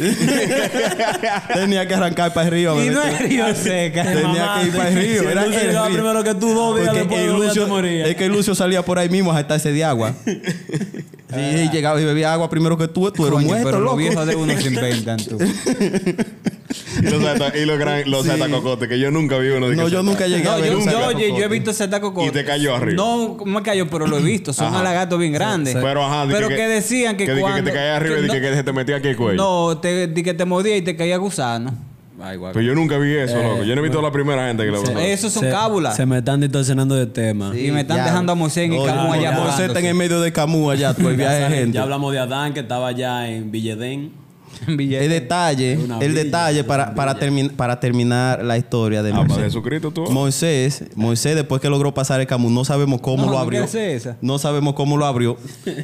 Speaker 2: tenía que arrancar para el río. a
Speaker 4: y
Speaker 2: beber.
Speaker 4: no es río seca.
Speaker 2: Tenía que ir para el río.
Speaker 1: Si
Speaker 2: era
Speaker 1: Lucio
Speaker 2: el
Speaker 1: llegaba
Speaker 2: río.
Speaker 1: primero que tú, dos días
Speaker 2: Porque
Speaker 1: después,
Speaker 2: el
Speaker 1: dos días
Speaker 2: Lucio-
Speaker 1: te morías.
Speaker 2: Es que el Lucio salía por ahí mismo a ese
Speaker 4: (laughs)
Speaker 2: de agua. Sí, y llegaba y bebía agua primero que tú, tú eres
Speaker 4: Coño,
Speaker 2: muerto,
Speaker 4: pero
Speaker 2: loco.
Speaker 4: los viejos de
Speaker 3: (laughs)
Speaker 4: uno se inventan tú.
Speaker 3: Y los, ata- y los, gran, los
Speaker 2: Sí.
Speaker 3: atacocotes, que yo nunca vi uno de
Speaker 2: No,
Speaker 3: que-
Speaker 2: yo nunca llegué a
Speaker 4: No,
Speaker 2: ver
Speaker 4: yo,
Speaker 2: un
Speaker 4: yo,
Speaker 2: sacacocote.
Speaker 4: oye, yo he visto ese taco con-
Speaker 3: Y te cayó arriba.
Speaker 4: No, me cayó, pero lo he visto. Son alagatos bien grandes.
Speaker 3: Pero ajá, di
Speaker 4: Pero que, decían que,
Speaker 3: di que,
Speaker 4: cuando...
Speaker 3: te caía arriba y di
Speaker 4: no,
Speaker 3: que, que se te metía aquí el cuello.
Speaker 4: No, te, di que te mordía y te caía gusano. Ay, guaca.
Speaker 3: Pero Pues yo nunca vi eso, loco. Yo no he visto a la primera gente que lo pasó.
Speaker 4: Esos Eh, son
Speaker 1: Se-
Speaker 4: cábulas.
Speaker 1: Se me están distorsionando de tema.
Speaker 4: Y me están dejando a Moisés en el
Speaker 2: Oye,
Speaker 4: Camus allá
Speaker 2: Moisés
Speaker 4: mojándose.
Speaker 2: está en el medio de Camus allá,
Speaker 4: (laughs)
Speaker 2: todo el viaje
Speaker 1: Ya
Speaker 2: de
Speaker 1: saben,
Speaker 2: gente.
Speaker 1: Ya hablamos de Adán, que estaba allá en (laughs) Villedén.
Speaker 4: (laughs) En Villa-
Speaker 2: El detalle,
Speaker 1: Una
Speaker 2: el
Speaker 1: villa,
Speaker 2: detalle
Speaker 1: una
Speaker 2: para, para, termi- para terminar la historia de
Speaker 3: Ah, para
Speaker 2: Moisés.
Speaker 3: Jesucristo tú.
Speaker 2: Moisés, Moisés después que logró pasar el Camus, no sabemos cómo
Speaker 4: No,
Speaker 2: lo
Speaker 4: ¿qué
Speaker 2: abrió.
Speaker 4: es
Speaker 2: (laughs)
Speaker 4: esa?
Speaker 2: No sabemos cómo lo abrió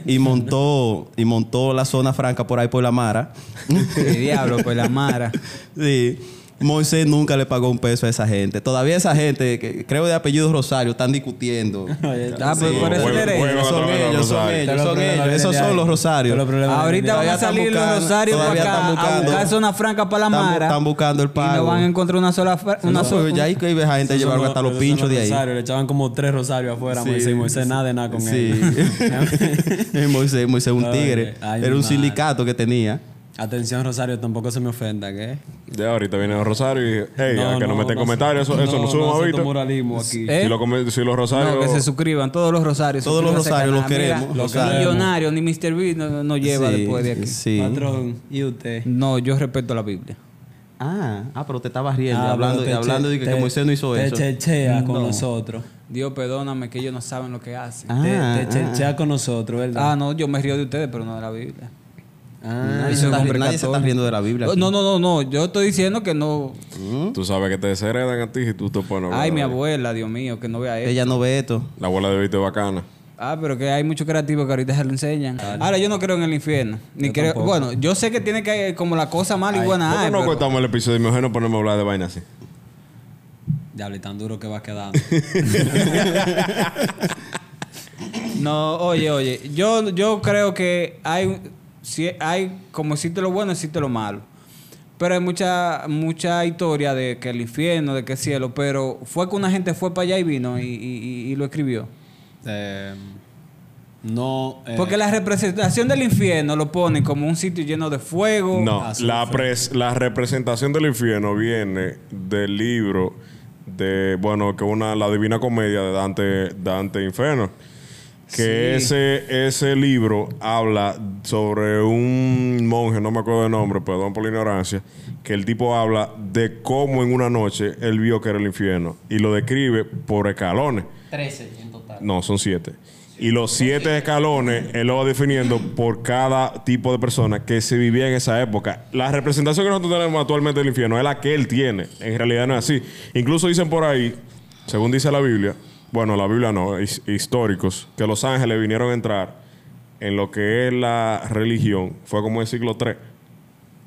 Speaker 2: y montó y montó la zona franca por ahí por la Mara.
Speaker 4: Qué diablo, pues la mara.
Speaker 2: Sí. Moisés nunca le pagó un peso a esa gente. Todavía esa gente, que creo de apellido Rosario,
Speaker 4: (laughs)
Speaker 2: están discutiendo.
Speaker 4: Ah, pues por eso
Speaker 3: Juega-
Speaker 4: eres
Speaker 3: juega
Speaker 2: Ellos son
Speaker 3: otra vez los
Speaker 2: ellos, son
Speaker 3: Rosarios.
Speaker 2: ellos, son ellos. Esos son los Rosarios.
Speaker 4: Ahorita van
Speaker 2: Todavía
Speaker 4: a
Speaker 2: están
Speaker 4: salir los
Speaker 2: buscando-
Speaker 4: rosarios para
Speaker 2: todavía
Speaker 4: acá
Speaker 2: están
Speaker 4: a
Speaker 2: buscando.
Speaker 4: buscar zona franca para la
Speaker 2: Están bu-
Speaker 4: mara.
Speaker 2: están buscando el
Speaker 4: Y no
Speaker 2: pago.
Speaker 4: van a encontrar una sola fra- una
Speaker 2: Una
Speaker 4: sola-
Speaker 2: ya ahí que iba a gente llevaron hasta los pinchos de ahí.
Speaker 1: Le echaban como tres rosarios afuera
Speaker 2: Sí,
Speaker 1: Moisés. y Moisés nada de nada con
Speaker 2: Sí. (laughs)
Speaker 1: él.
Speaker 2: Moisés, Moisés un tigre.
Speaker 1: Ay, mi
Speaker 2: Era un
Speaker 1: madre.
Speaker 2: sindicato que tenía.
Speaker 1: Atención, Rosario, tampoco se me ofenda, ¿qué?
Speaker 3: Ya ahorita viene los Rosario y. Ey, a que no, meten comentarios, eso, eso no, suma
Speaker 1: no acepto
Speaker 3: ahorita.
Speaker 1: moralismo aquí.
Speaker 4: ¿Eh?
Speaker 3: Si, lo come- si los Rosarios.
Speaker 4: No, que se suscriban todos los rosarios.
Speaker 2: Todos los
Speaker 4: suscríbanse
Speaker 2: rosarios,
Speaker 4: al canal.
Speaker 2: los
Speaker 4: Mira,
Speaker 2: queremos,
Speaker 4: Los
Speaker 1: rosarios.
Speaker 4: millonarios ni Mr. Beast no, no lleva
Speaker 2: Sí,
Speaker 4: después de aquí.
Speaker 2: Sí.
Speaker 1: Patrón, ¿y usted?
Speaker 4: No, yo respeto la Biblia.
Speaker 2: Ah, ah, pero te estabas riendo,
Speaker 1: Ah,
Speaker 2: hablando,
Speaker 1: pero te
Speaker 2: hablando de
Speaker 1: che-
Speaker 2: que,
Speaker 1: te-
Speaker 2: Moisés no hizo
Speaker 1: te
Speaker 2: eso.
Speaker 1: chechea con nosotros.
Speaker 4: Dios, perdóname que ellos no saben lo que hacen.
Speaker 2: Ah,
Speaker 1: Te, te chechea con nosotros, ¿verdad?
Speaker 4: Ah, no, yo me río de ustedes, pero no de la Biblia.
Speaker 2: Nadie, se está, nadie se está riendo de la Biblia.
Speaker 4: No, no, no, no, yo estoy diciendo que no.
Speaker 3: Tú sabes que te desheredan a ti y tú te pones. a hablar
Speaker 4: Ay, mi
Speaker 3: de-
Speaker 4: abuela, Dios mío, que no vea eso.
Speaker 2: Ella no ve esto.
Speaker 3: La abuela de Vito es bacana.
Speaker 4: Ah, pero que hay muchos creativos que ahorita se lo enseñan. Ahora, yo no creo en el infierno. Ni creo. Bueno, yo sé que tiene que haber como la cosa mala y
Speaker 3: ¿Por
Speaker 4: buena.
Speaker 3: qué
Speaker 4: hay,
Speaker 3: no
Speaker 4: Pues pero-
Speaker 3: cortamos el episodio y mejor no ponemos a hablar de vaina así?
Speaker 1: Diablo, y tan duro que vas quedando.
Speaker 4: No, oye, oye, yo, yo creo que hay, si hay como existe lo bueno, existe lo malo. Pero hay mucha, mucha historia de que el infierno, de que el cielo, pero fue que una gente fue para allá y vino y, y- y- y lo escribió.
Speaker 1: Eh, no. eh,
Speaker 4: Porque la representación del infierno lo ponen como un sitio lleno de fuego.
Speaker 3: No, la, pres- la representación del infierno viene del libro de, bueno, que una, la Divina Comedia de Dante, Dante Inferno. que ese, ese libro habla sobre un monje, no me acuerdo el nombre, perdón por la ignorancia, que el tipo habla de cómo en una noche él vio que era el infierno y lo describe por escalones.
Speaker 5: 13 en total.
Speaker 3: No, son siete. Y los siete escalones él lo va definiendo por cada tipo de persona que se vivía en esa época. La representación que nosotros tenemos actualmente del infierno es la que él tiene. En realidad no es así. Incluso dicen por ahí, según dice la Biblia, bueno, la Biblia no, his- históricos, que los ángeles vinieron a entrar en lo que es la religión, fue como en el siglo III,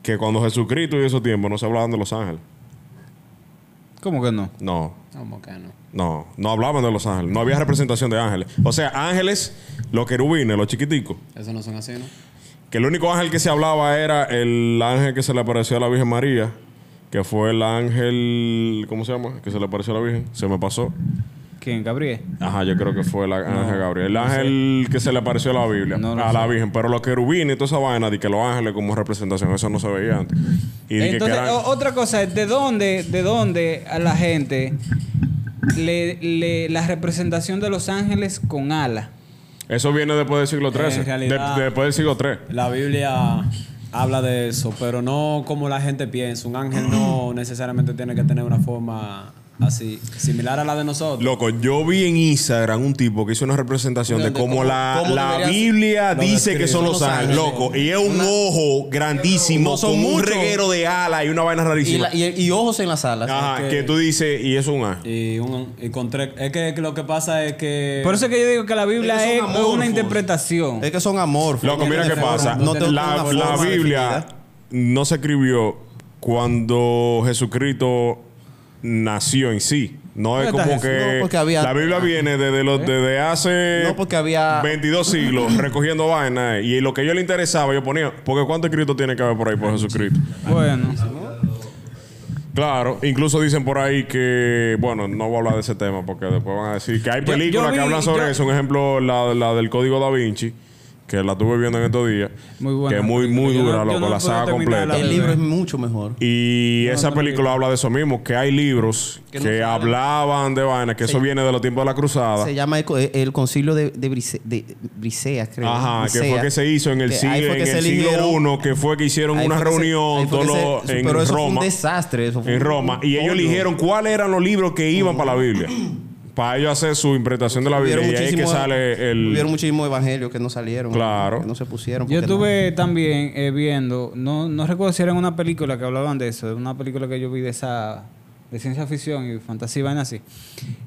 Speaker 3: que cuando Jesucristo y esos tiempos no se hablaban de los ángeles.
Speaker 4: ¿Cómo que no?
Speaker 3: No,
Speaker 5: Como que no.
Speaker 3: no, no hablaban de los ángeles. No había representación de ángeles. O sea, ángeles, los querubines, los chiquiticos.
Speaker 5: Eso no son así, ¿no?
Speaker 3: Que el único ángel que se hablaba era el ángel que se le apareció a la Virgen María. Que fue el ángel... ¿Cómo se llama? Que se le apareció a la Virgen. Se me pasó.
Speaker 4: ¿Quién? ¿Gabriel?
Speaker 3: Ajá, yo creo que fue el ángel Gabriel. El ángel que se le apareció a la Biblia.
Speaker 4: No lo
Speaker 3: a la Virgen. Pero los querubines y toda esa vaina de que los ángeles como representación. Eso no se veía antes. Y de que
Speaker 4: Entonces,
Speaker 3: eran-
Speaker 4: o- otra cosa es de dónde, de dónde a la gente le, le- la representación de los ángeles con alas.
Speaker 3: Eso viene después del siglo XIII.
Speaker 1: En realidad-
Speaker 3: De- después del siglo III.
Speaker 1: La Biblia habla de eso, pero no como la gente piensa. Un ángel no necesariamente tiene que tener una forma así, similar a la de nosotros.
Speaker 3: Loco, yo vi en Instagram un tipo que hizo una representación de
Speaker 5: Donde
Speaker 3: cómo
Speaker 5: cómo-
Speaker 3: la,
Speaker 2: cómo
Speaker 3: la
Speaker 2: debería ser.
Speaker 3: Biblia
Speaker 1: Lo
Speaker 3: dice
Speaker 1: describe.
Speaker 3: que son
Speaker 1: Son
Speaker 2: los
Speaker 3: los ángeles,
Speaker 2: ángeles.
Speaker 3: loco. Y es un ojo grandísimo
Speaker 2: No son
Speaker 3: con un
Speaker 2: muchos.
Speaker 3: reguero de alas y una vaina
Speaker 2: Y,
Speaker 3: rarísima.
Speaker 2: la- y- y ojos en las alas.
Speaker 3: Ajá,
Speaker 1: Ok.
Speaker 3: que tú dices, y eso es un ángel.
Speaker 1: Y, un, y con tres- es que lo que pasa es que...
Speaker 4: Por eso es que yo digo que la Biblia
Speaker 2: Ellos
Speaker 4: es,
Speaker 2: son
Speaker 4: una
Speaker 2: amorfos.
Speaker 4: interpretación.
Speaker 2: Es que son amorfos.
Speaker 3: Loco,
Speaker 2: No
Speaker 3: mira qué
Speaker 2: tienen forma,
Speaker 3: pasa.
Speaker 2: no tienen
Speaker 3: la,
Speaker 2: una
Speaker 3: la
Speaker 2: forma ¿eh?
Speaker 3: Biblia
Speaker 2: definida.
Speaker 3: no se escribió cuando Jesucristo nació en sí. No es
Speaker 4: ¿Dónde está Jesús?
Speaker 3: como que
Speaker 2: No, porque había-
Speaker 3: la Biblia viene desde
Speaker 2: ¿Eh?
Speaker 3: los desde hace
Speaker 2: No, porque había-
Speaker 3: 22 siglos recogiendo vainas y lo que yo le interesaba yo ponía, porque cuánto escrito tiene que haber por ahí por Jesucristo.
Speaker 4: Bueno,
Speaker 3: Claro, incluso dicen por ahí que, bueno, no voy a hablar de ese tema porque después van a decir que hay
Speaker 4: Yo-
Speaker 3: películas
Speaker 4: yo
Speaker 3: que
Speaker 4: vi-
Speaker 3: hablan sobre
Speaker 4: yo-
Speaker 3: eso. Un ejemplo, la, la del Código Da Vinci, que la estuve viendo en estos días.
Speaker 4: Muy buena
Speaker 3: Que es muy,
Speaker 4: película.
Speaker 3: muy
Speaker 4: Yo no-
Speaker 3: dura,
Speaker 4: yo
Speaker 3: loco,
Speaker 4: no
Speaker 3: la
Speaker 4: puedo
Speaker 3: saga
Speaker 4: terminar
Speaker 3: completa.
Speaker 4: la
Speaker 2: El libro es mucho mejor.
Speaker 3: Y esa
Speaker 4: no la
Speaker 3: película habla de eso mismo, que hay libros
Speaker 2: Que
Speaker 3: que,
Speaker 2: no saben.
Speaker 3: hablaban de vainas, que eso viene de los tiempos de la cruzada.
Speaker 2: Se llama el, co- el concilio de, de, Brice- de Brisea, creo.
Speaker 3: Ajá, que
Speaker 2: Brisea.
Speaker 3: fue que se hizo en el
Speaker 2: Que ahí
Speaker 3: siglo,
Speaker 2: fue
Speaker 3: en
Speaker 2: que se
Speaker 3: el
Speaker 2: eligieron-
Speaker 3: siglo I, que fue que hicieron
Speaker 2: ahí
Speaker 3: una
Speaker 2: fue que se-
Speaker 3: reunión
Speaker 2: ahí fue que
Speaker 3: todo
Speaker 2: se-
Speaker 3: en
Speaker 2: pero eso
Speaker 3: Roma.
Speaker 2: Fue un desastre. Eso fue
Speaker 3: en
Speaker 2: un-
Speaker 3: Roma. Y ellos
Speaker 2: coño.
Speaker 3: eligieron cuáles eran los libros que iban para la Biblia.
Speaker 2: (clears throat)
Speaker 3: Para ellos hacer su interpretación de la Biblia.
Speaker 2: Hubieron
Speaker 3: Y ahí es que
Speaker 2: muchísimos-
Speaker 3: sale el.
Speaker 2: Hubieron muchísimos evangelios que no salieron.
Speaker 3: Claro.
Speaker 2: Que no se pusieron.
Speaker 4: yo
Speaker 2: porque no-
Speaker 4: estuve también eh, viendo, no, no recuerdo si era en una película que hablaban de eso, de una película que yo vi de esa de ciencia ficción y fantasía y vaina así,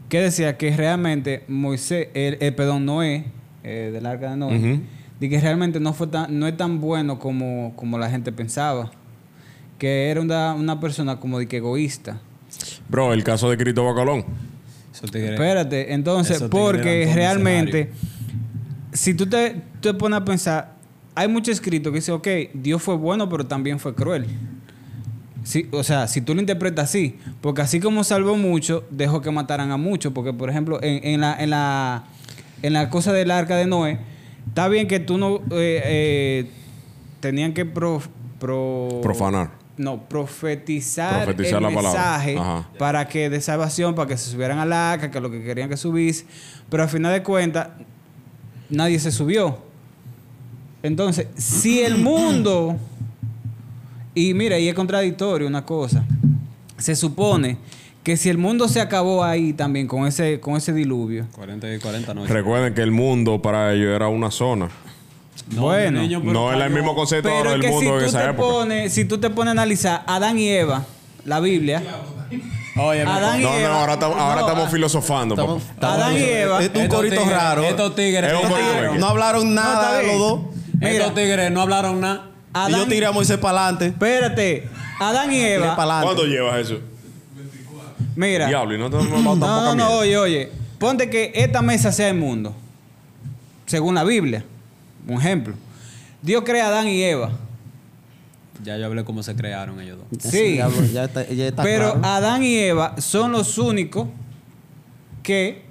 Speaker 4: que decía que realmente Moisés, el, eh, perdón, Noé, eh, del arca de Noé,
Speaker 3: Ujú.
Speaker 4: de que realmente no fue tan, no es tan bueno como, como la gente pensaba, que era una, una persona como de que egoísta.
Speaker 3: Bro, el caso de Cristóbal Colón.
Speaker 1: Eso te quiere-
Speaker 4: Espérate, entonces,
Speaker 1: Eso te
Speaker 4: porque
Speaker 1: generan todo un
Speaker 4: realmente, si tú te, te pones a pensar, hay mucho escrito que dice, ok, Dios fue bueno, pero también fue cruel. Sí, o sea, si tú lo interpretas así, porque así como salvó mucho, dejó que mataran a muchos, porque por ejemplo, en, en la, en, la, en la cosa del arca de Noé, está bien que tú no... eh, eh, tenían que prof- pro-
Speaker 3: Profanar.
Speaker 4: no, profetizar,
Speaker 3: Profetizar
Speaker 4: el
Speaker 3: la palabra.
Speaker 4: mensaje
Speaker 3: Ajá.
Speaker 4: para que de salvación, para que se subieran al arca, que lo que querían que subís. Pero al final de cuentas, nadie se subió. Entonces, si el mundo, y mira, y es contradictorio una cosa, se supone que si el mundo se acabó ahí también con ese, con ese diluvio,
Speaker 1: 40 y 40 noches.
Speaker 3: Recuerden que el mundo para ellos era
Speaker 4: (laughs)
Speaker 3: una zona.
Speaker 4: bueno,
Speaker 1: niño, pero
Speaker 3: No era el
Speaker 1: cayó-
Speaker 3: mismo concepto
Speaker 4: pero
Speaker 3: ahora
Speaker 4: es
Speaker 3: del
Speaker 4: que si
Speaker 3: mundo en
Speaker 4: tú,
Speaker 3: esa
Speaker 4: te
Speaker 3: época.
Speaker 4: pones, si tú te pones a analizar Adán y Eva, la Biblia,
Speaker 1: Oye,
Speaker 4: Adán y
Speaker 3: No, no,
Speaker 4: Eva-
Speaker 3: ahora, tam- ahora
Speaker 4: no,
Speaker 3: estamos
Speaker 4: ah,
Speaker 3: filosofando.
Speaker 2: Estamos-
Speaker 3: papá.
Speaker 2: estamos-
Speaker 4: Adán y Eva.
Speaker 2: Este es un
Speaker 1: estos
Speaker 2: corito
Speaker 1: tigres-
Speaker 2: raro.
Speaker 1: Estos tigres,
Speaker 3: Es un
Speaker 1: estos
Speaker 3: corito
Speaker 1: tigres-
Speaker 3: raro.
Speaker 2: No hablaron
Speaker 4: No,
Speaker 2: nada
Speaker 4: está
Speaker 2: los dos.
Speaker 4: bien.
Speaker 1: estos
Speaker 4: Mira,
Speaker 1: tigres no hablaron nada.
Speaker 2: Y yo
Speaker 4: Adán-
Speaker 2: tiré a Moisés para adelante.
Speaker 4: Espérate, Adán y Eva.
Speaker 3: ¿Cuánto llevas eso?
Speaker 4: Mira, no,
Speaker 3: Diablo, y no te- no- no- tampoco
Speaker 4: no, no,
Speaker 3: mientas.
Speaker 4: oye, oye. Ponte que esta mesa sea el mundo, según la Biblia. Un ejemplo. Dios crea a Adán y Eva.
Speaker 1: Ya yo hablé cómo se crearon ellos dos.
Speaker 4: Sí.
Speaker 2: Ya, pues, ya está, ya está
Speaker 4: Pero
Speaker 2: claro.
Speaker 4: Adán y Eva son los únicos que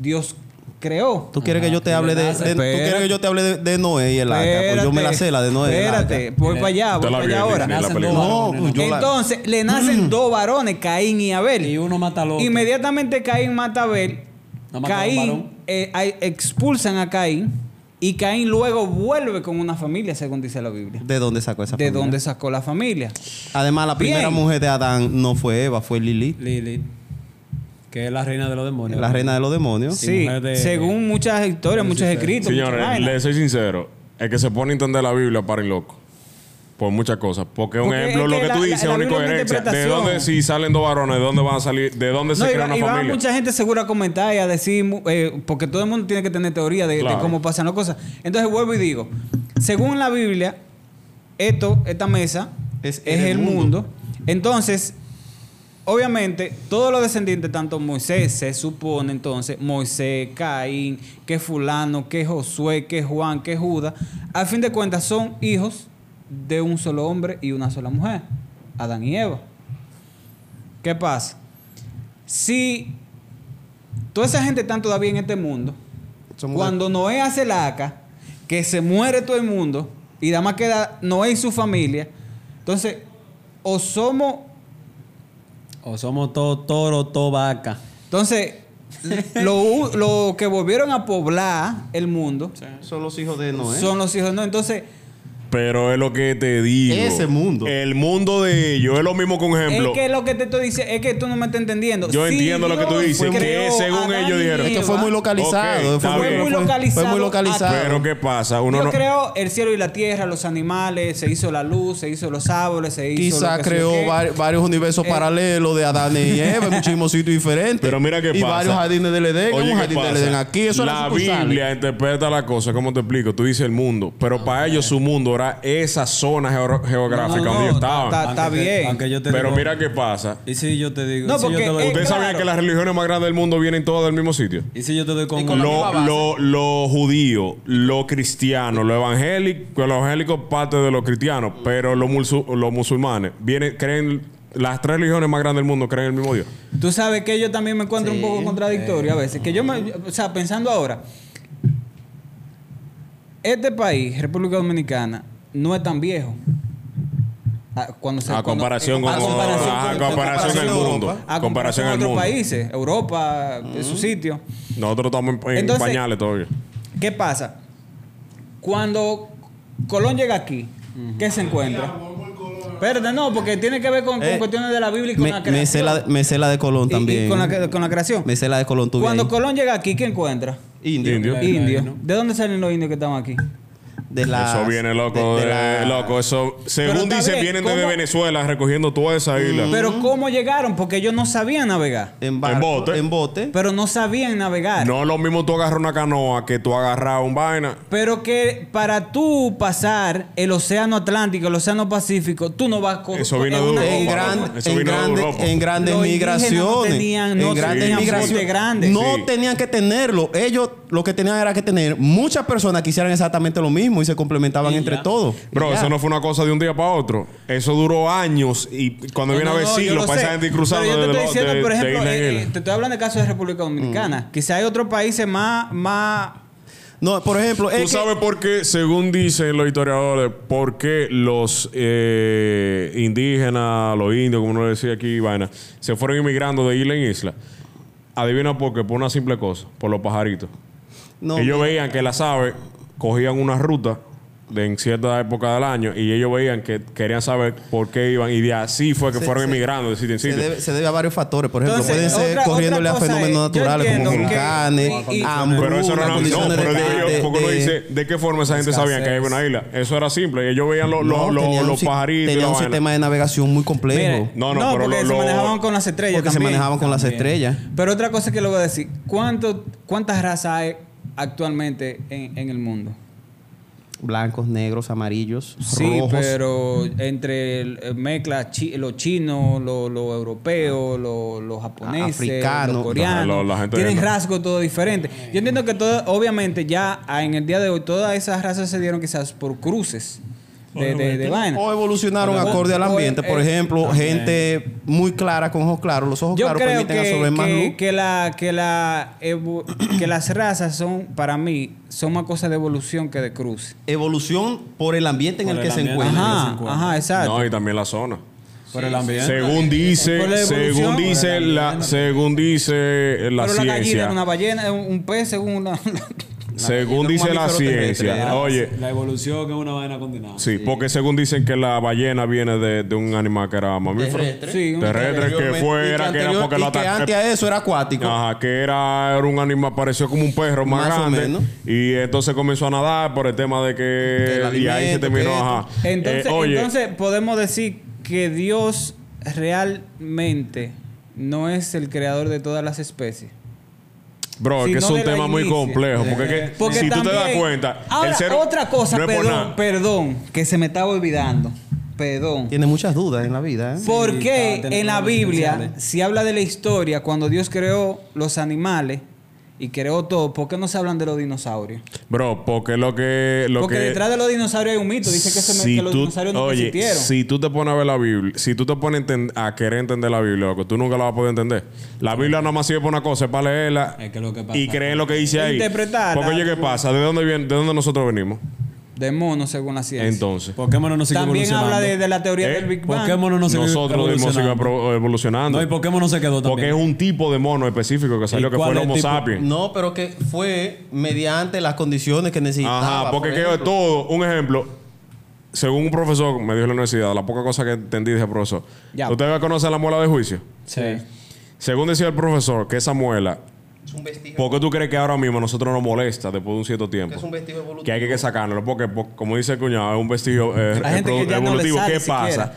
Speaker 4: Dios creó.
Speaker 2: ¿Tú quieres que
Speaker 4: Ah,
Speaker 2: yo te hable de, de- ¿tú
Speaker 4: Espérate.
Speaker 2: quieres que yo te hable de, de Noé y el arca? Pues yo me la sé la de Noé. y el arca.
Speaker 4: Espérate, voy para allá,
Speaker 3: Te
Speaker 4: voy
Speaker 3: la
Speaker 4: para
Speaker 3: vi
Speaker 4: allá
Speaker 3: en
Speaker 4: ahora.
Speaker 3: Disney, la
Speaker 1: Nacen
Speaker 3: película.
Speaker 1: dos
Speaker 2: No,
Speaker 1: varones,
Speaker 2: yo la-
Speaker 4: Entonces,
Speaker 2: Mm.
Speaker 4: le nacen dos varones, Caín y Abel.
Speaker 1: Y uno mata al otro.
Speaker 4: Inmediatamente Caín mata a Abel
Speaker 5: No mataron
Speaker 4: Caín,
Speaker 5: varón.
Speaker 4: eh, ahí expulsan a Caín y Caín luego vuelve con una familia, según dice la Biblia.
Speaker 2: ¿De dónde sacó esa
Speaker 4: De
Speaker 2: familia?
Speaker 4: dónde sacó la familia.
Speaker 2: Además, la primera
Speaker 4: Bien.
Speaker 2: mujer de Adán no fue Eva, fue Lilith,
Speaker 1: Lilith, que es la reina de los demonios.
Speaker 2: la reina de los demonios.
Speaker 1: Sí,
Speaker 4: Sí,
Speaker 1: mujer de-
Speaker 4: según muchas historias, muchos escritos. muchas
Speaker 3: Señores,
Speaker 4: vainas.
Speaker 3: les soy sincero. El que se pone a entender la Biblia para el loco. Por muchas cosas. Porque un
Speaker 4: Porque
Speaker 3: ejemplo,
Speaker 4: es
Speaker 3: lo
Speaker 4: que
Speaker 3: que
Speaker 4: la-
Speaker 3: tú
Speaker 4: la-
Speaker 3: dices
Speaker 4: la
Speaker 3: es una
Speaker 4: Biblia es una
Speaker 3: incoherencia. ¿De
Speaker 4: interpretación.
Speaker 3: dónde si salen dos varones? ¿De dónde van a salir? ¿De dónde se
Speaker 4: No, y,
Speaker 3: crea
Speaker 4: va,
Speaker 3: una
Speaker 4: y va
Speaker 3: familia?
Speaker 4: mucha gente segura a comentar y a decir, mu- eh, porque todo el mundo tiene que tener teoría de, de
Speaker 3: Claro.
Speaker 4: cómo pasan las cosas. Entonces vuelvo y digo, según la Biblia, esto, esta mesa,
Speaker 2: Es-
Speaker 4: es,
Speaker 2: es
Speaker 4: el,
Speaker 2: el
Speaker 4: mundo.
Speaker 2: mundo.
Speaker 4: Entonces, obviamente, todos los descendientes, tanto Moisés, se supone entonces, Moisés, Caín, que fulano, que Josué, que Juan, que Judas, al fin de cuentas son hijos de un solo hombre y una sola mujer, Adán y Eva. ¿Qué pasa? Si toda esa gente está todavía en este mundo,
Speaker 2: Somos
Speaker 4: cuando Noé hace la aca, que se muere todo el mundo, y nada más queda Noé y su familia, entonces, o somos,
Speaker 1: O somos todo toro, todo vaca.
Speaker 2: (laughs)
Speaker 4: entonces, lo, u- lo que volvieron a poblar el mundo
Speaker 2: Son los hijos de Noé.
Speaker 4: son los hijos de Noé. Entonces,
Speaker 3: Pero es lo que te digo.
Speaker 2: Ese mundo.
Speaker 3: El mundo de ellos. Es lo mismo con ejemplo.
Speaker 4: es que lo que te estoy diciendo, es que tú no me estás entendiendo.
Speaker 3: Yo entiendo lo que tú
Speaker 4: Dios
Speaker 3: dices, que
Speaker 4: creó
Speaker 3: según
Speaker 4: a Adán
Speaker 3: ellos
Speaker 4: y
Speaker 3: dijeron.
Speaker 2: Es que fue
Speaker 4: Eva.
Speaker 2: muy localizado.
Speaker 3: Ok, está
Speaker 2: fue,
Speaker 3: bien.
Speaker 2: muy
Speaker 3: Fue muy
Speaker 2: localizado. Fue muy
Speaker 4: localizado.
Speaker 2: localizado.
Speaker 3: Pero ¿qué pasa? Uno
Speaker 4: Dios
Speaker 3: no...
Speaker 4: creó el cielo y la tierra, los animales, se hizo la luz, se hizo los árboles, se hizo. lo
Speaker 2: Quizá
Speaker 4: que sé
Speaker 2: creó
Speaker 4: yo qué.
Speaker 2: vari- varios universos
Speaker 4: Eh.
Speaker 2: paralelos de Adán y Eva, en muchísimos sitios diferentes.
Speaker 3: Pero mira qué
Speaker 2: Y
Speaker 3: pasa.
Speaker 2: varios jardines del Edén,
Speaker 3: Oye,
Speaker 2: un
Speaker 3: ¿qué
Speaker 2: jardín del
Speaker 3: pasa?
Speaker 2: Edén aquí. Eso era
Speaker 3: la
Speaker 2: sucursal.
Speaker 3: Biblia interpreta la cosa, ¿cómo te explico? Tú dices el mundo, pero para ellos su mundo era esa zona geo- geográfica
Speaker 4: No, no,
Speaker 3: donde
Speaker 4: no,
Speaker 3: ellos
Speaker 4: ta-
Speaker 3: estaban.
Speaker 4: ta- Ah, Está
Speaker 1: Aunque te-
Speaker 4: bien.
Speaker 1: aunque yo te
Speaker 3: pero
Speaker 1: digo-
Speaker 3: mira qué pasa.
Speaker 1: Y si yo te digo.
Speaker 4: No,
Speaker 1: y si yo
Speaker 4: porque
Speaker 1: te doy-
Speaker 4: es-
Speaker 3: Ustedes
Speaker 4: claro.
Speaker 3: sabían que las religiones más grandes del mundo vienen todas del mismo sitio.
Speaker 1: y si yo te doy con.
Speaker 3: Los lo, lo, lo judío, lo cristiano, lo evangélico, lo evangélico parte de los cristianos, pero los, mulsu- los musulmanes vienen, creen, las tres religiones más grandes del mundo creen el mismo Dios.
Speaker 4: Tú sabes que yo también me encuentro un
Speaker 5: Sí,
Speaker 4: poco contradictorio a veces. Que yo me. O sea, pensando ahora. Este país, República Dominicana, no es tan viejo. Ah, Cuando se,
Speaker 3: A
Speaker 4: cuando-
Speaker 3: comparación con-
Speaker 4: a comparación
Speaker 3: ajá,
Speaker 4: con-
Speaker 3: comparación
Speaker 4: con
Speaker 2: del mundo.
Speaker 4: Europa, A
Speaker 3: Comparación
Speaker 4: comparación
Speaker 3: al
Speaker 4: con otros
Speaker 3: mundo.
Speaker 4: países. Europa, de su sitio.
Speaker 3: Nosotros estamos en- en,
Speaker 4: Entonces-
Speaker 3: pañales todavía.
Speaker 4: ¿Qué pasa? Cuando Colón llega aquí, ¿qué se encuentra? Espérate, no, porque tiene que ver con, con
Speaker 2: Eh,
Speaker 4: cuestiones de la Biblia y con la
Speaker 2: Me, me sé
Speaker 4: creación.
Speaker 2: la, de- me sé la de Colón
Speaker 4: Y- y
Speaker 2: también.
Speaker 4: con, la, cre- con la creación.
Speaker 2: Me sé la de Colón tuve
Speaker 4: Cuando
Speaker 2: ahí.
Speaker 4: Colón llega aquí, ¿qué encuentra?
Speaker 2: Indio.
Speaker 3: Indio.
Speaker 1: Bueno,
Speaker 4: Indios.
Speaker 1: bueno.
Speaker 4: ¿De dónde salen los indios que estamos aquí?
Speaker 2: De
Speaker 4: ah,
Speaker 2: la-
Speaker 3: eso viene loco,
Speaker 2: de- de
Speaker 3: eh,
Speaker 2: la-
Speaker 3: loco. Eso, según
Speaker 4: está
Speaker 3: dicen,
Speaker 4: bien,
Speaker 3: vienen
Speaker 4: ¿cómo? Mm,
Speaker 3: desde Venezuela recogiendo toda esa isla.
Speaker 4: Pero ¿cómo llegaron? Porque ellos no sabían navegar.
Speaker 2: En, barco, en
Speaker 3: bote.
Speaker 2: bote.
Speaker 4: Pero no sabían navegar.
Speaker 3: No es lo mismo tú agarrar una canoa que tú agarrar un vaina.
Speaker 4: Pero que para tú pasar el océano Atlántico, el océano Pacífico, tú no vas con
Speaker 3: Eso vino de
Speaker 4: una-
Speaker 3: Europa.
Speaker 2: en,
Speaker 3: Europa.
Speaker 2: gran-
Speaker 3: Eso
Speaker 2: en
Speaker 3: vino de
Speaker 2: grande-
Speaker 3: Europa.
Speaker 2: en grandes
Speaker 4: Los indígenas
Speaker 2: migraciones.
Speaker 4: no tenían- no
Speaker 2: en grandes
Speaker 3: tenían
Speaker 2: migraciones.
Speaker 4: botes grandes.
Speaker 2: No
Speaker 3: Sí.
Speaker 2: tenían que tenerlo. Ellos lo que tenían era que tener muchas personas que hicieran exactamente lo mismo y se complementaban entre todos.
Speaker 3: Bro, eso no fue una cosa de un día para otro. Eso duró años y cuando viene
Speaker 4: Eh, No,
Speaker 3: a ver
Speaker 4: no, yo
Speaker 3: siglos,
Speaker 4: lo
Speaker 3: para
Speaker 4: sé.
Speaker 3: esa gente cruzando
Speaker 4: Pero yo te
Speaker 3: desde
Speaker 4: estoy
Speaker 3: lo-
Speaker 4: diciendo,
Speaker 3: de-
Speaker 4: por
Speaker 3: de
Speaker 4: ejemplo,
Speaker 3: isla en
Speaker 4: eh,
Speaker 3: isla.
Speaker 4: eh, te estoy hablando de casos de República Dominicana. Quizá hay otros países más, más
Speaker 2: No, por ejemplo,
Speaker 3: ¿Tú
Speaker 2: es que-
Speaker 3: sabes por qué, según dicen los historiadores, por qué los eh, indígenas, los indios, como uno decía aquí, vaina, se fueron inmigrando de isla en isla? Adivina por qué, por una simple cosa, por los pajaritos.
Speaker 2: no,
Speaker 3: ellos veían que las aves cogían una ruta de en cierta época del año y ellos veían que querían saber por qué iban y de así fue que
Speaker 2: Se-
Speaker 3: fueron
Speaker 2: se-
Speaker 3: inmigrando de sitio en
Speaker 2: se
Speaker 3: sitio.
Speaker 2: debe, se debe a varios factores. Por ejemplo,
Speaker 4: Entonces,
Speaker 2: pueden ser
Speaker 4: otra-
Speaker 2: corriéndole
Speaker 4: otra
Speaker 2: a
Speaker 4: cosa
Speaker 2: fenómenos
Speaker 4: es, yo
Speaker 2: naturales como
Speaker 4: entiendo que-
Speaker 2: volcanes,
Speaker 4: y- y-
Speaker 3: Pero
Speaker 2: hambrunas,
Speaker 3: eso no era no,
Speaker 2: condiciones de
Speaker 3: pero digo
Speaker 2: de-
Speaker 3: yo, porque uno
Speaker 2: de-
Speaker 3: dice, ¿de qué forma esa gente sabía que había una isla? Eso era simple. Ellos veían los, los,
Speaker 2: no,
Speaker 3: los-
Speaker 2: tenían un
Speaker 3: los
Speaker 2: si-
Speaker 3: pajaritos y
Speaker 2: Tenían
Speaker 3: la
Speaker 2: un
Speaker 3: vaina.
Speaker 2: sistema de navegación muy complejo.
Speaker 4: Mire,
Speaker 3: No, no, pero
Speaker 4: porque
Speaker 3: lo-
Speaker 4: se
Speaker 3: lo-
Speaker 4: manejaban con las estrellas
Speaker 2: porque se
Speaker 4: también.
Speaker 2: manejaban con las
Speaker 4: También.
Speaker 2: estrellas.
Speaker 4: Pero otra cosa que le voy a decir, ¿cuánto, ¿cuántas razas hay actualmente en, en el mundo?
Speaker 2: Blancos, negros, amarillos,
Speaker 4: Sí,
Speaker 2: rojos.
Speaker 4: pero entre el- eh, mezcla chi- los chinos, los los europeos, los los japoneses,
Speaker 2: Africano.
Speaker 4: los
Speaker 3: Ajá, lo-
Speaker 4: coreanos,
Speaker 3: la gente
Speaker 4: tienen
Speaker 3: de-
Speaker 4: rasgos todo diferentes. Yo entiendo que todo, obviamente ya ah, en el día de hoy todas esas razas se dieron quizás por cruces de, de, de vaina.
Speaker 2: O evolucionaron
Speaker 4: Bueno,
Speaker 2: acorde al
Speaker 4: o-
Speaker 2: ambiente. Por
Speaker 4: eh,
Speaker 2: ejemplo, gente muy clara con ojos claros. Los ojos
Speaker 4: Yo
Speaker 2: claros
Speaker 4: creo
Speaker 2: Oh, permiten absorber
Speaker 4: que,
Speaker 2: más
Speaker 4: que-
Speaker 2: luz.
Speaker 4: que la, que, la evo- que las razas son, para mí, son más cosas de evolución que de cruce.
Speaker 2: Evolución por el ambiente en
Speaker 1: Por
Speaker 2: el
Speaker 1: el
Speaker 2: que se
Speaker 1: ambiente.
Speaker 2: encuentra.
Speaker 1: Ajá,
Speaker 4: Ajá, ajá, exacto.
Speaker 3: No, y también la zona.
Speaker 1: Por el ambiente.
Speaker 3: Según dice,
Speaker 4: Por la evolución.
Speaker 3: según
Speaker 1: Por
Speaker 3: dice
Speaker 1: el
Speaker 3: la,
Speaker 1: ambiente.
Speaker 3: según dice la
Speaker 4: Pero la gallina
Speaker 3: ciencia.
Speaker 4: era una ballena, era un, un pez, según una. (laughs)
Speaker 3: Según
Speaker 4: gallina,
Speaker 3: dice
Speaker 4: un
Speaker 3: la
Speaker 4: mamífero
Speaker 3: ciencia.
Speaker 4: terrestre.
Speaker 3: Oye,
Speaker 1: La evolución es una vaina condenada.
Speaker 3: sí, porque según dicen que la ballena viene de, de un animal que era mamífero.
Speaker 2: Terrestre.
Speaker 4: Sí, un-
Speaker 3: Terrestre que fuera, que era porque lo
Speaker 2: y que antes
Speaker 3: atacó.
Speaker 2: a eso era acuático.
Speaker 3: Ajá, que era, era un animal, pareció como un perro más,
Speaker 2: Más o
Speaker 3: grande.
Speaker 2: menos.
Speaker 3: Y entonces comenzó a nadar por el tema de
Speaker 2: Que
Speaker 3: que.
Speaker 2: el
Speaker 3: y ahí se
Speaker 2: alimento,
Speaker 3: terminó,
Speaker 2: que esto.
Speaker 3: ajá. Eh,
Speaker 4: Entonces,
Speaker 3: oye,
Speaker 4: entonces podemos decir que Dios realmente no es el creador de todas las especies.
Speaker 3: bro,
Speaker 4: si
Speaker 3: que
Speaker 4: no
Speaker 3: es un
Speaker 4: de la
Speaker 3: tema muy
Speaker 4: inicia.
Speaker 3: complejo. Porque, es que si tú te das
Speaker 4: también-
Speaker 3: cuenta,
Speaker 4: Ahora,
Speaker 3: el ser-
Speaker 4: otra cosa,
Speaker 3: no es por
Speaker 4: perdón,
Speaker 3: nada.
Speaker 4: perdón, que se me estaba olvidando. Perdón.
Speaker 2: Tiene muchas dudas en la vida. ¿eh?
Speaker 4: ¿Por
Speaker 1: Sí,
Speaker 4: qué
Speaker 1: está, tenemos
Speaker 4: en la
Speaker 1: los
Speaker 4: Biblia
Speaker 1: diferenciales.
Speaker 4: si habla de la historia cuando Dios creó los animales y creó todo? ¿Por qué no se hablan de los dinosaurios?
Speaker 3: Bro, porque lo que. Lo
Speaker 4: Porque
Speaker 3: que
Speaker 4: detrás de los dinosaurios hay un mito. Dice que, se me-
Speaker 3: si
Speaker 4: que los
Speaker 3: tú-
Speaker 4: dinosaurios no
Speaker 3: oye,
Speaker 4: existieron.
Speaker 3: Si tú te pones a ver la Biblia, si tú te pones a enten- a querer entender la Biblia, loco, tú nunca la vas a poder entender. La Biblia nada más sirve para una cosa, es para leerla
Speaker 1: Es que lo que pasa-
Speaker 3: y creer lo que dice ahí.
Speaker 4: Interpretarla.
Speaker 3: Porque oye, ¿qué pasa? ¿De dónde, viene, de dónde nosotros venimos?
Speaker 4: De mono, según la ciencia.
Speaker 3: Entonces.
Speaker 1: Pokémon no sigue
Speaker 4: También
Speaker 1: evolucionando.
Speaker 4: habla de, de la teoría
Speaker 3: ¿Eh?
Speaker 4: del Big Bang.
Speaker 1: Pokémon no se
Speaker 3: Nosotros hemos ido pro- evolucionando.
Speaker 1: No, y Pokémon no se quedó
Speaker 3: porque
Speaker 1: también.
Speaker 3: es un tipo de mono específico que salió, que fue
Speaker 1: cuál
Speaker 3: el
Speaker 1: es el
Speaker 3: Homo
Speaker 1: tipo?
Speaker 3: sapiens.
Speaker 2: No, pero que fue mediante las condiciones que necesitaba.
Speaker 3: Ajá, porque
Speaker 2: por
Speaker 3: que
Speaker 2: ejemplo.
Speaker 3: todo, un ejemplo, según un profesor me dijo en la universidad, la poca cosa que entendí dije, profesor,
Speaker 4: Ya.
Speaker 3: ¿usted va a conocer la muela de juicio?
Speaker 1: Sí.
Speaker 3: Según decía el profesor, que esa muela, ¿por qué tú crees que ahora mismo a nosotros nos molesta después de un cierto tiempo?
Speaker 2: vestigio evolutivo.
Speaker 3: que hay que sacarlo, porque, po- como dice el cuñado, es un vestigio eh,
Speaker 4: Hay gente
Speaker 3: reprodu-
Speaker 4: que ya no le
Speaker 3: evolutivo.
Speaker 4: sale
Speaker 3: ¿Qué pasa?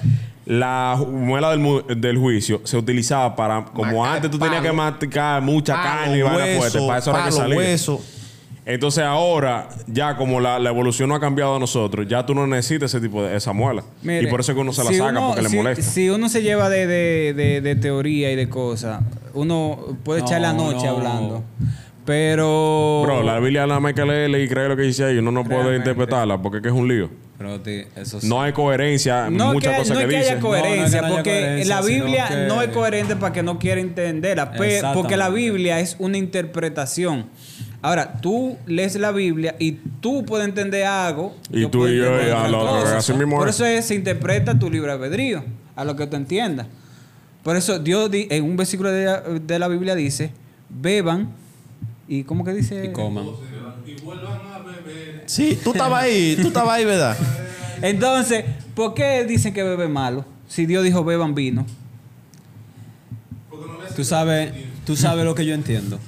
Speaker 3: La ju- muela del, mu- del juicio se utilizaba para, como
Speaker 2: Masticar
Speaker 3: antes tú tenías
Speaker 2: palo.
Speaker 3: que masticar mucha carne y
Speaker 2: Palo,
Speaker 3: vaina fuerte,
Speaker 2: hueso,
Speaker 3: para eso era que
Speaker 2: palo,
Speaker 3: salía.
Speaker 2: hueso.
Speaker 3: Entonces ahora, ya como la, la evolución no ha cambiado a nosotros, ya tú no necesitas ese tipo de esa muela.
Speaker 4: Mire,
Speaker 3: y por eso es que uno se la
Speaker 4: si
Speaker 3: saca
Speaker 4: uno-
Speaker 3: porque
Speaker 4: si-
Speaker 3: le molesta.
Speaker 4: Si uno se lleva de, de- de- de teoría y de cosas, uno puede echar la
Speaker 1: No,
Speaker 4: noche
Speaker 1: no.
Speaker 4: hablando. Pero.
Speaker 3: Bro, la Biblia nada más hay que leerla y creer lo que dice ahí. Uno no puede
Speaker 4: Realmente.
Speaker 3: interpretarla porque es que es un lío.
Speaker 1: Pero ti, eso sí.
Speaker 3: No hay coherencia en
Speaker 4: No es
Speaker 3: muchas
Speaker 4: que,
Speaker 3: cosas
Speaker 4: no
Speaker 3: que
Speaker 4: es que
Speaker 3: dice.
Speaker 4: haya
Speaker 1: No, no es que
Speaker 4: coherencia,
Speaker 1: no haya
Speaker 4: porque
Speaker 1: coherencia,
Speaker 4: la Biblia
Speaker 1: sino que-
Speaker 4: no es coherente para que no quiera entenderla, pe-
Speaker 1: Exactamente.
Speaker 4: porque la Biblia es una interpretación. Ahora, tú lees la Biblia y tú puedes entender algo.
Speaker 3: Y tú
Speaker 4: puedo
Speaker 3: y yo,
Speaker 4: entender
Speaker 3: y a
Speaker 4: otra
Speaker 3: lo-
Speaker 4: cosa.
Speaker 3: así mismo
Speaker 4: Por
Speaker 3: es.
Speaker 4: eso es, se interpreta tu libre albedrío, a lo que tú entiendas. Por eso Dios di- en un versículo de la, de la Biblia dice, beban y ¿cómo que dice?
Speaker 1: Y coman.
Speaker 2: Sí, tú estabas ahí, tú estabas ahí, ¿verdad?
Speaker 4: Entonces, ¿por qué dicen que bebe malo? Si Dios dijo beban vino.
Speaker 1: Tú sabes, tú sabes lo que yo entiendo.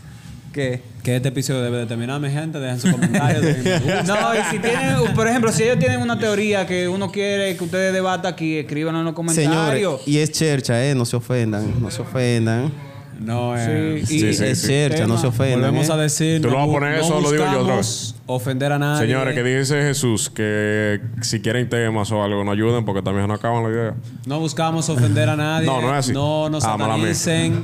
Speaker 4: ¿Qué?
Speaker 1: Que este episodio debe de terminar, mi gente. Dejen sus comentarios. dejen me gusta.
Speaker 4: (laughs) No, y si tienen, por ejemplo, si ellos tienen una teoría que uno quiere que ustedes debatan aquí, escríbanlo en los
Speaker 2: Señores,
Speaker 4: comentarios.
Speaker 2: y es chercha, ¿eh? No se ofendan, no se ofendan.
Speaker 1: No, eh.
Speaker 4: Sí, y-
Speaker 3: Sí, sí,
Speaker 2: es
Speaker 3: sí.
Speaker 2: chercha, no se ofendan.
Speaker 1: Volvemos
Speaker 2: ¿eh?
Speaker 1: a decir.
Speaker 3: Tú lo
Speaker 1: no
Speaker 3: vas a
Speaker 1: bu-
Speaker 3: poner
Speaker 1: no
Speaker 3: eso, lo digo yo otra
Speaker 1: buscamos Ofender a nadie.
Speaker 3: Señores, que dice Jesús que si quieren temas o algo, no ayuden porque también no acaban la idea.
Speaker 1: No buscamos ofender a nadie.
Speaker 3: No, no es así.
Speaker 1: No nos
Speaker 3: Ah, mala mía.
Speaker 1: satanicen.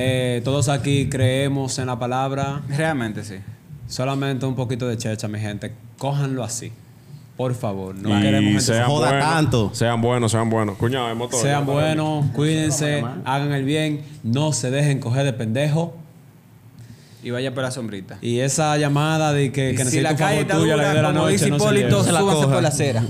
Speaker 1: Eh, todos aquí creemos en la palabra.
Speaker 4: Realmente sí.
Speaker 1: Solamente un poquito de checha, mi gente. Cójanlo así. Por favor. No
Speaker 3: y
Speaker 1: queremos gente
Speaker 3: sean
Speaker 2: joda
Speaker 3: buenos,
Speaker 2: tanto.
Speaker 3: Sean buenos, sean buenos. Cuñado, es motor.
Speaker 1: Sean buenos, cuídense, hagan el bien, no se dejen coger de pendejo.
Speaker 4: Y vaya por la sombrita.
Speaker 1: Y esa llamada de que, que
Speaker 4: Y si
Speaker 1: necesito
Speaker 4: la
Speaker 1: un favor
Speaker 4: calle está
Speaker 1: tuyo a las
Speaker 4: dura,
Speaker 1: diez de la
Speaker 4: como
Speaker 1: noche,
Speaker 4: dice
Speaker 1: no se
Speaker 4: Hipólito,
Speaker 1: lleva.
Speaker 2: lleva.
Speaker 4: súbanse
Speaker 2: Se la
Speaker 4: por la
Speaker 2: coja.
Speaker 4: acera.